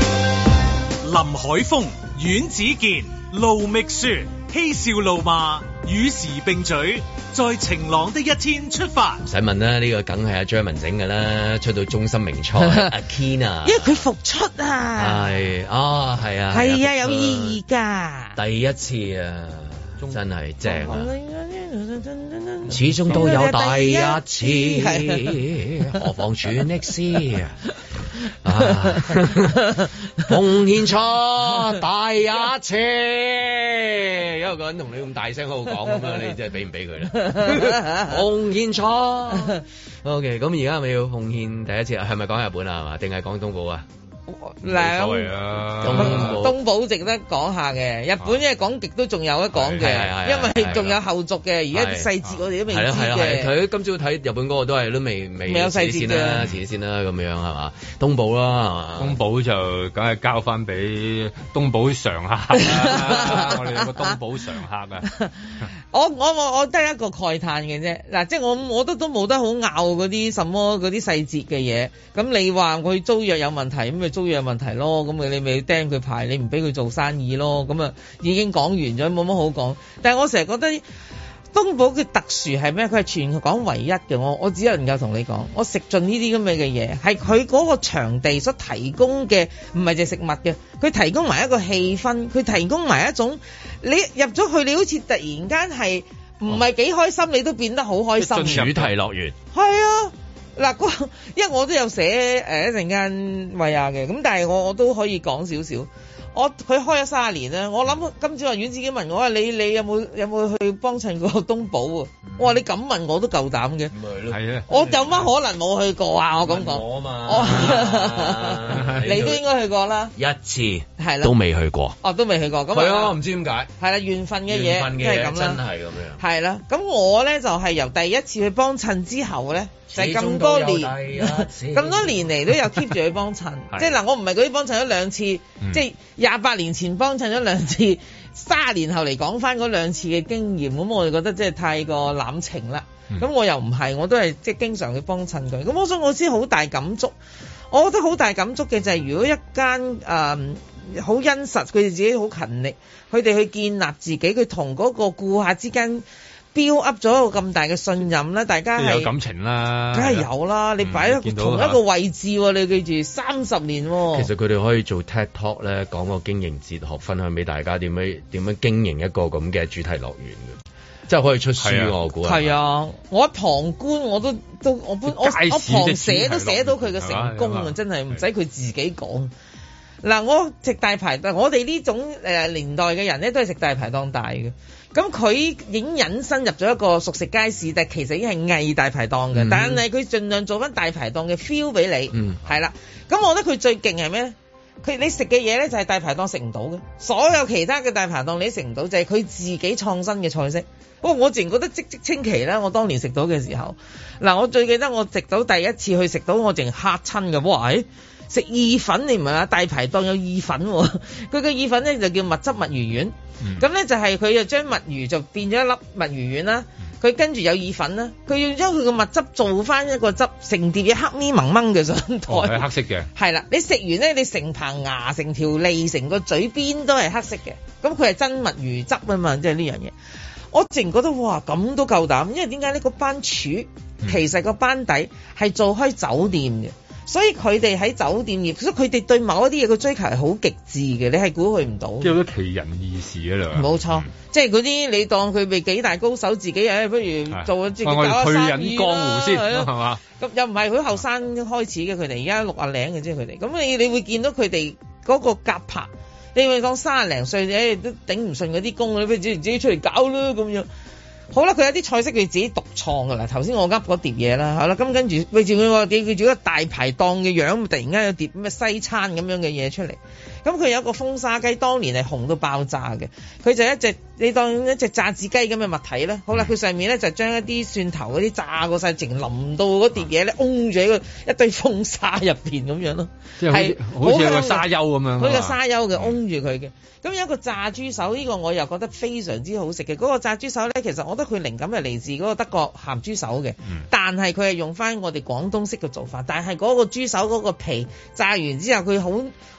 A: 林海峰、阮子健、盧覓雪，嬉笑怒罵，與時並舉，在晴朗的一天出發。
B: 唔使問啦，呢個梗係阿張文整㗎啦，出到中心名菜 阿 Kina
D: 因為佢復出啊，
B: 係啊，係啊，
D: 係啊，有意義㗎。
B: 義。第一次啊，真係正啊！ 始終都有 第一次，何妨全力試 啊！奉 獻出第一次，有個人同你咁大聲喺度講咁啊樣，你真係俾唔俾佢啦？奉獻出，OK，咁而家係咪要奉獻第一次啊？係咪講日本啊？係嘛？定係講東寶啊？
D: 兩
F: 冇所謂
B: 嗯
F: 啊
D: 東東寶值得講下嘅，日本嘅講極都仲有得講
B: 啊係係係
D: 嘅，
B: 係
D: 因
B: 係
D: 為仲有後續嘅，而家啲細節我哋都未知
B: 係啦係啦係啦
D: 嘅。
B: 佢今朝睇日本嗰個都係都未未
D: 未有細節
B: 遲啲先啦，
D: 嘅
B: 遲啲先啦咁樣係嘛？東寶
D: 啊
B: 啦係嘛？
F: 東寶就梗係交翻俾東寶常 客啦，我哋有個東寶常客啊，
D: 我我我我得一個慨嘆嘅啫，嗱，即係我我覺得都冇得好拗嗰啲什麼嗰啲細節嘅嘢。咁你話佢租約有問題，咁咪租約有問題咯。咁你咪釘佢牌，你唔俾佢做生意咯。咁啊已經講完咗，冇乜好講。但係我成日覺得。東寶嘅特殊係咩？佢係全港唯一嘅，我我只能夠同你講，我食盡呢啲咁嘅嘢，係佢嗰個場地所提供嘅，唔係淨係食物嘅，佢提供埋一個氣氛，佢提供埋一種你入咗去，你好似突然間係唔係幾開心，你都變得好開心。
B: 主題樂園。
D: 係啊，嗱，嗰 因為我都有寫誒一陣間喂下嘅，咁但係我我都可以講少少。我佢開咗卅年啦，我諗今朝阿阮自己問我話你你有冇有冇去幫襯過東寶啊？
B: 嗯
D: 我話你咁問我都夠膽嘅，
F: 係啊，
D: 我有乜可能冇去過啊？我咁講，
B: 我嘛，
D: 哦 你都應該去過啦，
B: 一次
D: 係啦，
B: 都未去過。
D: 哦，都未去過，咁
B: 係啊，唔知點解。
D: 係啦，緣分嘅嘢
B: 緣分
D: 即
B: 嘅
D: 係
B: 嘢
D: 咁
B: 真
D: 啦。
B: 係咁樣。
D: 係啦，咁我咧就係、由第一次去幫襯之後咧，就係咁多
B: 始終都有第
D: 年，
B: 一次
D: 咁多年嚟都有 keep 住去幫襯
B: 係，
D: 即係嗱，我唔係嗰啲幫襯咗兩次，
B: 嗯
D: 即係廿八年前幫襯咗兩次， 卅年後嚟講翻嗰兩次嘅經驗，咁我就覺得即係太過濫情啦。
B: 嗯
D: 咁、我又唔係，我都係即係經常去幫襯佢，咁我想我知好大感觸。我覺得好大感觸嘅就係、如果一間誒好殷實，佢哋自己好勤力，佢哋去建立自己，佢同嗰個顧客之間 build up 咗一個咁大嘅信任啦，大
F: 即
D: 家
F: 係有
D: 係
F: 感情啦，
D: 梗係有啦，你擺喺
F: 見到
D: 同
F: 嚇
D: 一個位置喎，你記住三十年喎，
B: 其實佢哋可以做 TED Talk 咧，講個經營哲學，分享俾大家點樣點樣經營一個咁嘅主題樂園嘅，即係可以出
D: 係啊
B: 書我估
D: 係啊，我喺旁觀我都都我本我我
B: 街市嘅
D: 旁
B: 主題
D: 寫都
B: 樂
D: 寫到佢嘅成功啊，真係唔使佢自己講。嗱，我食大排檔，我哋呢種誒年代嘅人咧，都係食大排檔大嘅。咁佢已經引申入咗一個熟食街市，但其實已經係偽大排檔嘅。
M: 嗯
D: 但係佢盡量做翻大排檔嘅 feel 俾你，
M: 嗯
D: 係啦、咁我覺得佢最勁係咩咧？佢你食嘅嘢咧就係大排檔食唔到嘅，所有其他嘅大排檔你都食唔到，就係、佢自己創新嘅菜式。哇！我自然覺得嘖嘖稱奇啦，我當年食到嘅時候。嗱，我最記得我食到第一次去食到我淨嚇親嘅，哇！欸食意粉你唔係話大排檔有意粉喎、 佢嘅意粉咧就叫蜜汁墨魚丸。
F: 嗯
D: 咁咧就係佢就將墨魚就變咗一粒墨魚丸啦，佢跟住有意粉啦，佢要將佢個蜜汁做翻一個汁，成碟嘢黑咪蒙蒙嘅上
F: 哦
D: 台
F: 係。黑色嘅，
D: 係啦，你食完咧，你成棚牙、成條脷、成個嘴邊都係黑色嘅，咁佢係真墨魚汁啊嘛，即係呢樣嘢。我直然覺得哇，咁都夠膽，因為點解呢個班廚
F: 嗯
D: 其實個班底係做開酒店嘅，所以佢哋喺酒店業，所以佢哋對某一啲嘢嘅追求係好極致嘅，你係估佢唔到。
F: 即係好多奇人異事啊兩。
D: 冇錯，即係嗰啲你當佢咪幾大高手，自己誒不如做自己
F: 喂
D: 搞
F: 嗯我哋
D: 下
F: 退
D: 生
F: 隱
D: 意
F: 江湖
D: 啦，
F: 先，
D: 係咯
F: 係嘛？
D: 咁又唔係佢後生開始嘅，佢哋而家六啊零嘅啫，佢哋。咁你你會見到佢哋嗰個夾拍，你咪講三廿零歲，你都頂唔順嗰啲工，你不如自己自己出嚟搞啦咁樣。好啦，佢有啲菜式佢自己獨創㗎啦。頭先我噏嗰碟嘢啦，好啦，咁跟住喂住佢話你佢做一個大排檔嘅樣，突然間有碟咩西餐咁樣嘅嘢出嚟。咁佢有一個風沙雞，當年係紅到爆炸嘅。佢就一隻你當一隻炸子雞咁嘅物體啦。好
F: 嗯
D: 啦，佢上面咧就將一啲蒜頭嗰啲炸過晒，淨淋到嗰碟嘢咧，擁住喺個一堆風沙入邊咁樣咯。
F: 即係好似好似有個沙丘咁樣啊嘛
D: 佢個沙丘嘅擁住佢嘅。咁有一個炸豬手，呢、個我又覺得非常之好食嘅。嗰、個炸豬手咧，其實我覺得佢靈感係嚟自嗰個德國鹹豬手嘅，
F: 嗯
D: 但係佢係用翻我哋廣東式嘅做法，但係嗰個豬手嗰個皮炸完之後，佢好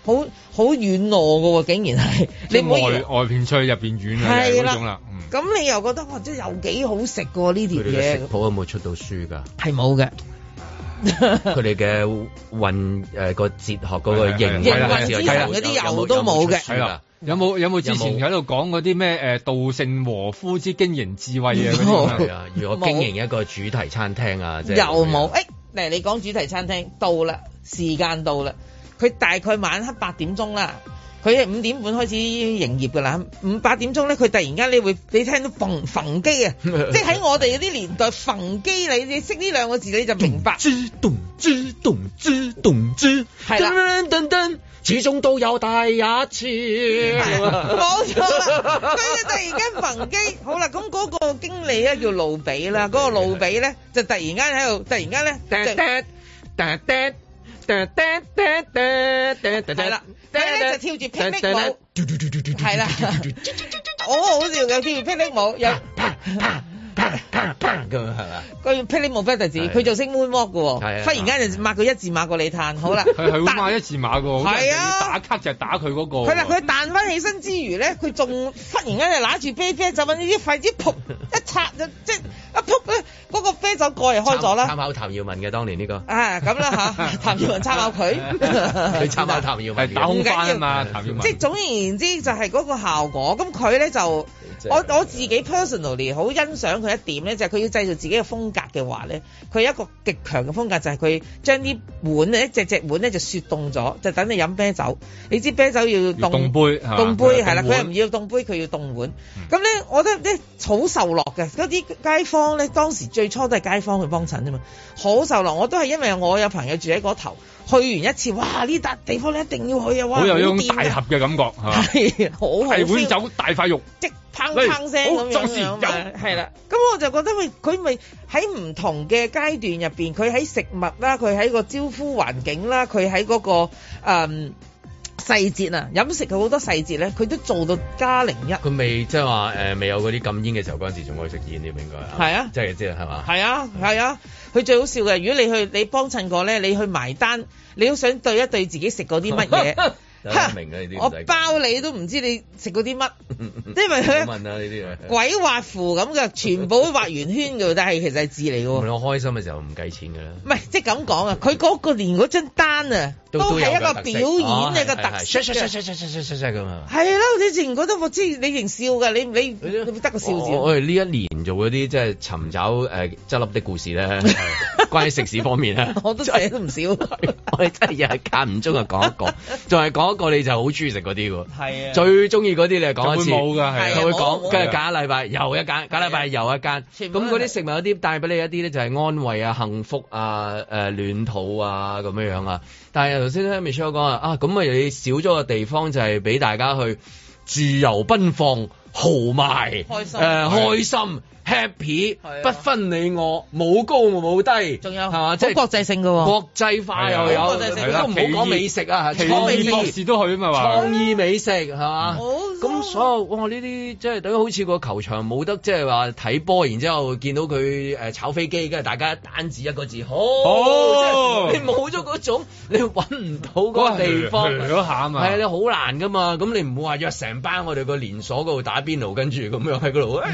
D: 好好軟糯嘅喎，竟然係你
F: 即係
D: 唔好以
F: 外
D: 為
F: 外片脆入邊軟啊
D: 係
F: 嗰
D: 啦
F: 種啦，嗯
D: 咁你又覺得哇，真係又幾好食嘅喎呢碟
B: 佢哋嘅
D: 嘢
B: 食。譜有冇出到書㗎？
D: 係冇嘅。
B: 佢 哋嘅運誒個哲學嗰個營
F: 係啦係啦
B: 有冇
F: 係啦
B: 有
F: 嗰啲
B: 有
D: 油都冇嘅
B: 出
F: 係
B: 書㗎
F: 啦。有冇有冇之
B: 有
F: 前
B: 冇
F: 喺度講嗰啲咩誒稻盛和夫之經營智慧啊嗰啲咁
B: 係
F: 樣
B: 啊，如何經營一個主題餐廳啊，即係
D: 又冇。誒，嚟你講主題餐廳到啦，時間到啦，佢大概晚黑八點鐘啦。佢係五點半開始營業㗎啦，五八點鐘咧，佢突然間你會你聽到縫縫機 啊，即係喺我哋嗰啲年代縫機，你你識呢兩個字你就明白。
O: 咚之咚之咚之，
D: 係啦，
O: 噔噔，始終都有第一次。
D: 冇錯啦，佢就突然間焚機，好啦，咁嗰個經理咧叫路比啦，
F: 嗯
D: 嗰、個路比咧就突然間喺度，突然間咧就係啦，佢咧就跳住霹靂舞，係啦，哦好好笑嘅，跳住霹靂舞，有
B: 咁樣係嘛？
D: 佢霹靂舞不特止，佢就識 moonwalk 嘅
F: 係
D: 喎，
F: 啊
D: 忽然間就抹個一字抹過你嘆，好啦，
F: 佢係會
D: 但
F: 買一啊字馬㗎，好多人
D: 係啊
F: 要打卡就係打佢嗰個。
D: 佢嗱佢彈翻起身之餘咧，佢仲忽然間就揦住啤啤酒揾呢啲筷子噗一擦就即係一噗咧，嗰個啤酒蓋就開咗
B: 參
D: 啦。
B: 考譚耀文嘅當年呢個。
D: 啊，咁啦嚇，譚耀文參考佢，
B: 佢參考譚耀文嘅。
F: 係打空翻啊嘛，譚耀 文。
D: 即係總而言之就係嗰個效果。咁佢咧就我我自己 personally 好欣賞佢一點咧，就係佢要製造自己嘅風格嘅話咧，佢有一個極強嘅風格就係佢將啲碗咧一隻隻碗咧就雪凍咗，就等你飲啤酒。你知啤酒要
F: 要
D: 凍
F: 凍啊杯係嘛
D: 凍杯係啦，
F: 凍
D: 佢
F: 碗嗯
D: 又唔要凍杯，佢要凍碗。咁咧，我覺得咧好受落嘅，嗰啲街坊咧當時最初都係街坊去幫襯啫嘛，好受落。我都係因為我有朋友住喺嗰頭，去完一次，哇！呢笪地方你一定要去啊，哇！
F: 好有一
D: 好
F: 種大
D: 掂啊
F: 盒嘅感覺，係嘛？
D: 係好好
F: 大碗
D: feel
F: 酒大塊肉，
D: 即砰砰聲
F: 好
D: 咁樣
F: 就是
D: 樣
F: 有
D: 嘛，係啦。咁我就覺得喂，佢咪喺唔同嘅階段入邊，佢喺食物啦，佢喺個招呼環境啦，佢喺嗰個誒細節啊，飲食嘅好多細節咧，佢都做到加零一。
B: 佢未即係話誒未有嗰啲禁煙嘅時候，嗰陣時仲可以食煙添，應該
D: 係啊
B: 即係即係係嘛？
D: 係啊，係啊，佢最好笑嘅。如果你去你幫襯過咧，你去埋單，你都想對一對自己食過啲乜 嘢。
B: 大家明嘅呢啲
D: 我
B: 唔使講
D: 包你都唔知你食過啲乜，因為
B: 冇
D: 佢
B: 問啊呢啲嘢。
D: 鬼畫符咁嘅，全部都畫圓圈嘅，但係其實係字嚟嘅喎。
B: 我開心嘅時候唔計錢㗎啦。
D: 唔係，即係咁講啊！佢嗰個連嗰張單啊，
B: 都
D: 都
B: 都有
D: 係一
B: 個
D: 個
B: 特色
D: 表演一個
B: 哦係係
D: 特色嘅。
B: 係咁啊！
D: 係啦，你淨覺得我知你仍笑㗎，你你你得個笑
B: 我我
D: 字。
B: 哋呢一年做嗰啲即係尋找誒執笠的故 事咧，關於食肆方面咧，
D: 我都寫都唔少。
B: 我哋真係日日間唔中就講一個，仲係講一個你就好中意食嗰啲喎。
D: 係啊
B: 最中意嗰啲你係講一次，
F: 就會冇㗎係啊
B: 佢會
F: 冇
B: 講，
F: 冇啊
B: 跟住隔一禮拜又一間，隔一禮拜又一間。咁
F: 部都係
B: 嗰啲食物有啲帶俾你一啲咧，就係安慰啊、幸福啊、誒暖肚啊咁樣樣啊。但係頭先咧 Michelle 講啊，啊咁啊你少咗個地方就係俾大家去自由奔放、豪邁、
D: 開心
B: 誒開心、happy，不
F: 啊
B: 分你我，冇高冇低， 仲有係嘛？即係
D: 啊國際性㗎喎
B: 國際化又有，
F: 啊
D: 好國際性
B: 都唔好講美食啊，
F: 奇
B: 創
F: 異
B: 意
F: 博士都去啊嘛話。
B: 創意美食係嘛？咁所有哇呢啲即係等於好似個球場冇得即係話睇波，然之後見到佢誒炒飛機，跟住大家單字一個字好，
F: 好
B: 即係你冇咗嗰種，你揾唔到嗰個 地方。
F: 嗰下啊嘛
B: 係啊，你好難噶嘛，咁你唔會話約成班我哋個連鎖嗰度打邊爐，跟住咁樣喺嗰 度，哎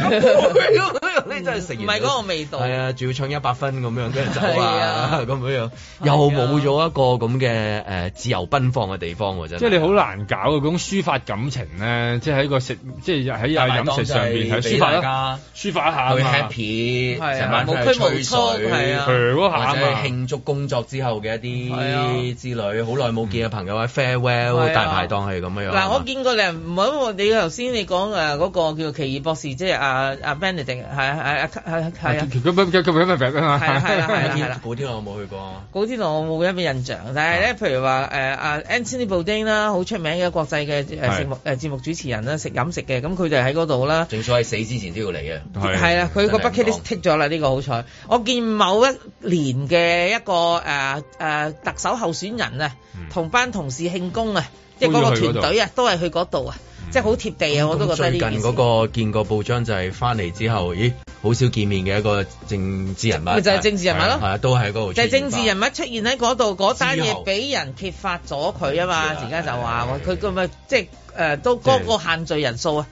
B: 你真係食完
D: 唔係嗰個味道
B: 係啊，仲要唱一百分咁樣，跟住走
D: 係
B: 啊
D: 啊，
B: 咁樣樣又冇咗一個咁嘅誒自由奔放嘅地方喎，真係
F: 即係你好難搞嘅嗰種抒發感情咧，即係喺個食，即係喺
B: 大排檔
F: 飲食上邊
B: 就係
F: 係抒
B: 俾大
F: 發
B: 家
F: 啦，抒發一下啊
B: 去
F: 嘛
B: happy，
F: 係啊
B: 成班
F: 無
B: 出去
F: 拘無
B: 吹
F: 束
B: 水
F: 係啊係嗰下啊嘛
B: 或者係慶祝工作之後嘅一
D: 係啊
B: 啲之旅，好耐冇見嘅朋友喺
D: 係
B: farewell
D: 啊
B: 大排檔係咁啊樣樣。
D: 嗱，我見過你唔好你頭先你講誒嗰個叫奇異博士，即係阿阿 Benedict 係啊係啊係啊。
F: 佢佢佢佢佢佢啊嘛，
D: 係啊係啊係啊係啊
B: 古天樂有冇去過？
D: 古天樂我冇一個印象，但係咧，譬如話誒阿 Anthony Bourdain 啦，好出名嘅國際嘅誒
B: 係
D: 節目誒節目主持人啦，食飲食嘅，咁佢哋喺嗰度啦。
B: 正所謂死之前都要嚟嘅。
D: 係啦，佢個 bucket list 剔咗啦，呢個好彩。我見某一年嘅一個誒誒、呃呃特首候選人啊，同班同事慶功啊，即係嗰
B: 都要去
D: 個
B: 嗰度
D: 團隊啊，都係去嗰度啊，即係好貼地啊，我都覺得
B: 最
D: 呢
B: 近
D: 件事
B: 嗰。個見過報章就係翻嚟之後，咦，好少見面嘅一個政治人物，
D: 咪就係政治人物咯
B: 係啊，都喺嗰度出
D: 就
B: 現
D: 係
B: 返。
D: 政治人物出現喺嗰度，嗰單
B: 之
D: 嘢
B: 後
D: 俾人揭發咗佢啊嘛，而家就話佢咁咪即係誒都嗰個限聚人數啊，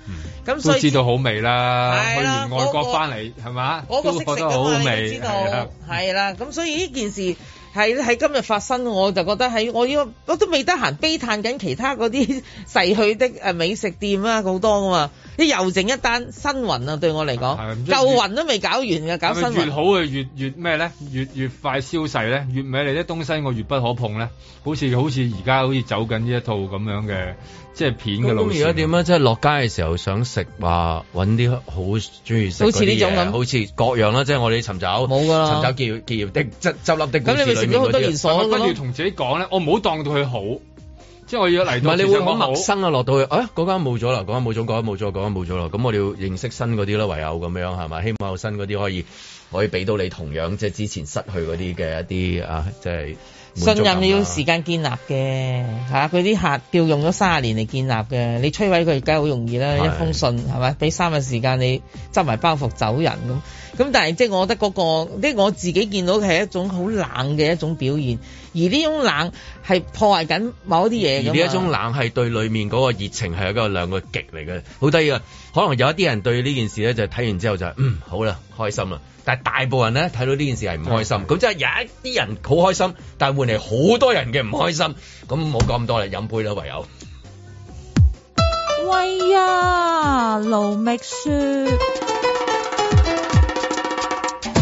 D: 咁
F: 嗯都
D: 所以
F: 知道好味啦，
D: 係
F: 去
D: 啦
F: 完外
D: 嗰個
F: 國翻嚟係嘛，
D: 嗰個
F: 都
D: 識
F: 覺
D: 食
F: 得
D: 㗎
F: 好
D: 嘛，你
F: 味，
D: 就知
F: 係啊啦
D: 道係啦。咁所以呢件事係喺今日發生，我就覺得喺我呢個 我都未得閒悲嘆緊其他嗰啲啊逝去的誒美食店啦，好多噶嘛。你又剩一單新雲啊，對我嚟講，
F: 知越
D: 舊雲都未搞完嘅，搞新
F: 係咪越
D: 雲。
F: 好啊，越越咩咧？越越快消逝咧，越美嚟啲東西我越不可碰咧。好似好似而家好似走緊呢一套咁樣嘅即係片嘅路
B: 咁而家
F: 線。
B: 點啊？即係落街嘅時候想食話揾啲好中意食嗰啲嘢
D: 好似呢種咁
B: 好似各樣啦，即係我哋尋找冇
D: 㗎啦
B: 尋找結業結業的執執笠的故
F: 咁
B: 事
F: 你咪食咗
B: 裡面
F: 好多
B: 嗰啲
F: 連鎖
B: 啊
F: 嘅咯不如同自己講咧，我唔好當到佢好，即係我要嚟
B: 唔
F: 到
B: 係你
F: 其
B: 會
F: 實我
B: 好陌
F: 好
B: 生啊，落到去，啊嗰間冇咗啦，嗰間冇咗，嗰間冇咗，嗰間冇咗啦，咁我哋要認識新嗰啲啦，唯有咁樣係咪？希望有新嗰啲可以可以俾到你同樣即係之前失去嗰啲嘅一啲啊，即係滿
D: 信
B: 足感啦
D: 任要時間建立嘅嚇，佢啲客要用咗三十年嚟建立嘅，你摧毀佢梗係好容易啦，
B: 係
D: 一封信係咪？俾三日時間你執埋包袱走人咁，咁但係即係我覺得嗰、個，即係我自己見到係一種好冷嘅一種表現，而呢種冷係破壞緊某一啲嘢㗎
B: 而
D: 嘛
B: 呢一種冷係對裡面嗰個熱情係一個兩個極嚟嘅，好得意啊！可能有一啲人對呢件事咧就睇完之後就係嗯好啦，開心啦。但係大部分咧睇到呢件事係唔開
D: 嗯
B: 心，咁即係有一啲人好開心，但係換嚟好多人嘅唔開心，咁冇咁多啦，飲杯啦唯有。
P: 喂呀，盧覓雪。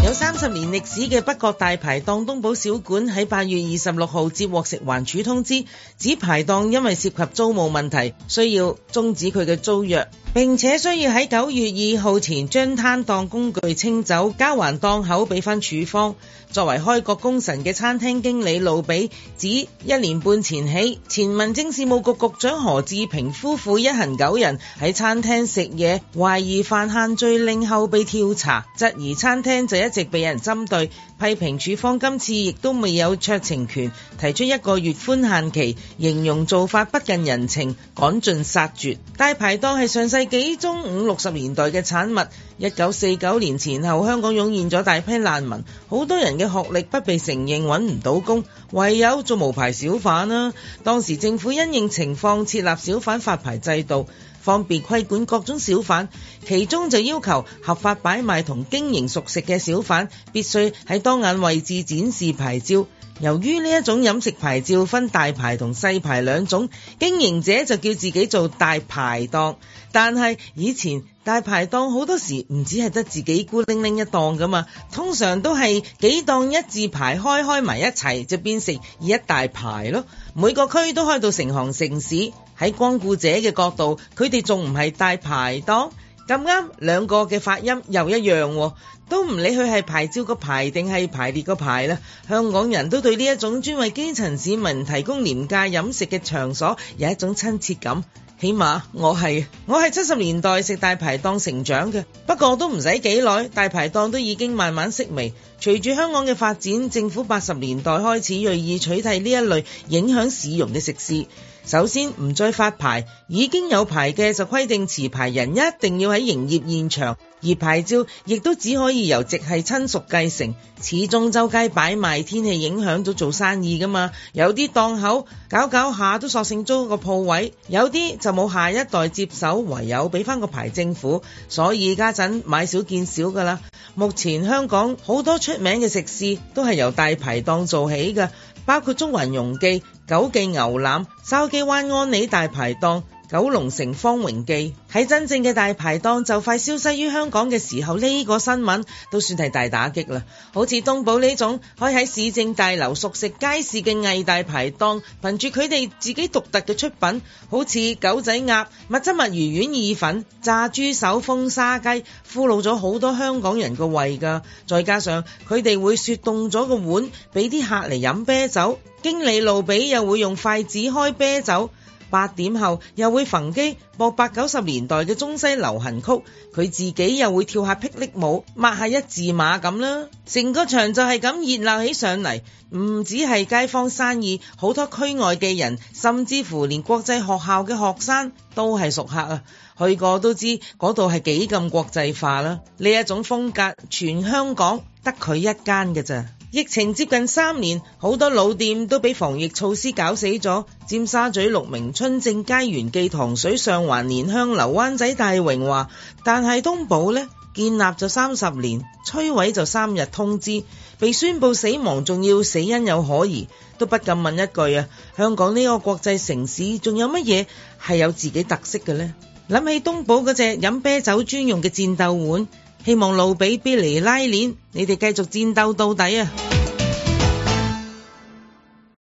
D: 有三十年歷史嘅北角大排檔東寶小館喺八月二十六號接獲食環署通知，指排檔因為涉及租務問題，需要終止佢嘅租約，並且需要喺九月二號前將攤檔工具清走，交還檔口俾翻署方。作為開國功臣嘅餐廳經理路比指，一年半前起，前民政事務局局長何志平夫婦一行九人喺餐廳食嘢，懷疑犯限聚令後被調查，質疑餐廳就一直被人針對，批評署方今次亦都未有酌情權，提出一個月寬限期，形容做法不近人情，趕盡殺絕。大排檔係上世紀中五六十年代嘅產物，一九四九年前後香港湧現咗大批難民，好多人嘅學歷不被承認，揾唔到工，唯有做無牌小販啦、當時政府因應情況設立小販發牌制度。方便規管各種小販，其中就要求合法擺賣同經營熟食嘅小販必須喺當眼位置展示牌照。由於呢一種飲食牌照分大牌同細牌兩種，經營者就叫自己做大排檔。但係以前大排檔好多時唔止係得自己孤零零一檔噶嘛，通常都係幾檔一字排開開埋一齊，就變成一大排咯。每個區都開到成行成市。喺光顧者嘅角度，佢哋仲唔係大排檔？咁啱兩個嘅發音又一樣喎，都唔理佢係牌照個牌定係排列個牌啦。香港人都對呢一種專為基層市民提供廉價飲食嘅場所有一種親切感。起碼我係我係七十年代食大排檔成長嘅，不過都唔使幾耐，大排檔都已經慢慢式微。隨住香港嘅發展，政府八十年代開始鋭意取締呢一類影響市容嘅食肆。首先唔再發牌，已經有牌嘅就規定持牌人一定要喺營業現場，而牌照亦都只可以由直系親屬繼承。始終周街擺賣，天氣影響到做生意噶嘛。有啲檔口搞搞下都索性租個鋪位，有啲就冇下一代接手，唯有俾翻個牌政府。所以家陣買少見少噶啦。目前香港好多出名嘅食肆都係由大排檔做起㗎。包括中環容記、九記牛腩、筲箕灣安利大排檔、九龍城方榮記。喺真正嘅大排檔就快消失於香港嘅時候，呢、個新聞都算係大打擊啦。好似東寶呢種可以喺市政大樓熟食街市嘅藝大排檔，憑住佢哋自己獨特嘅出品，好似狗仔鴨、蜜汁墨魚丸意粉、炸豬手、風沙雞，俘虜咗好多香港人個胃㗎。再加上佢哋會雪凍咗個碗，俾啲客嚟飲啤酒。經理路比又會用筷子開啤酒。八點後又會逢機播八九十年代嘅中西流行曲，佢自己又會跳下霹靂舞，抹下一字馬咁啦。成個場就係咁熱鬧起上嚟，唔止係街坊生意，好多區外嘅人，甚至乎連國際學校嘅學生都係熟客啊！去過都知嗰度係幾咁國際化啦。呢一種風格，全香港得佢一間嘅咋。疫情接近三年，好多老店都俾防疫措施搞死咗。尖沙咀六名春正佳園記、糖水上環、蓮香樓、灣仔大榮華，但係東寶呢，建立就三十年，摧毀就三日通知，被宣布死亡，仲要死因有可疑，都不禁問一句啊：香港呢個國際城市仲有乜嘢係有自己特色嘅呢？諗起東寶嗰隻飲啤酒專用嘅戰鬥碗，希望路比 Billy 拉鏈，你哋繼續戰鬥到底啊！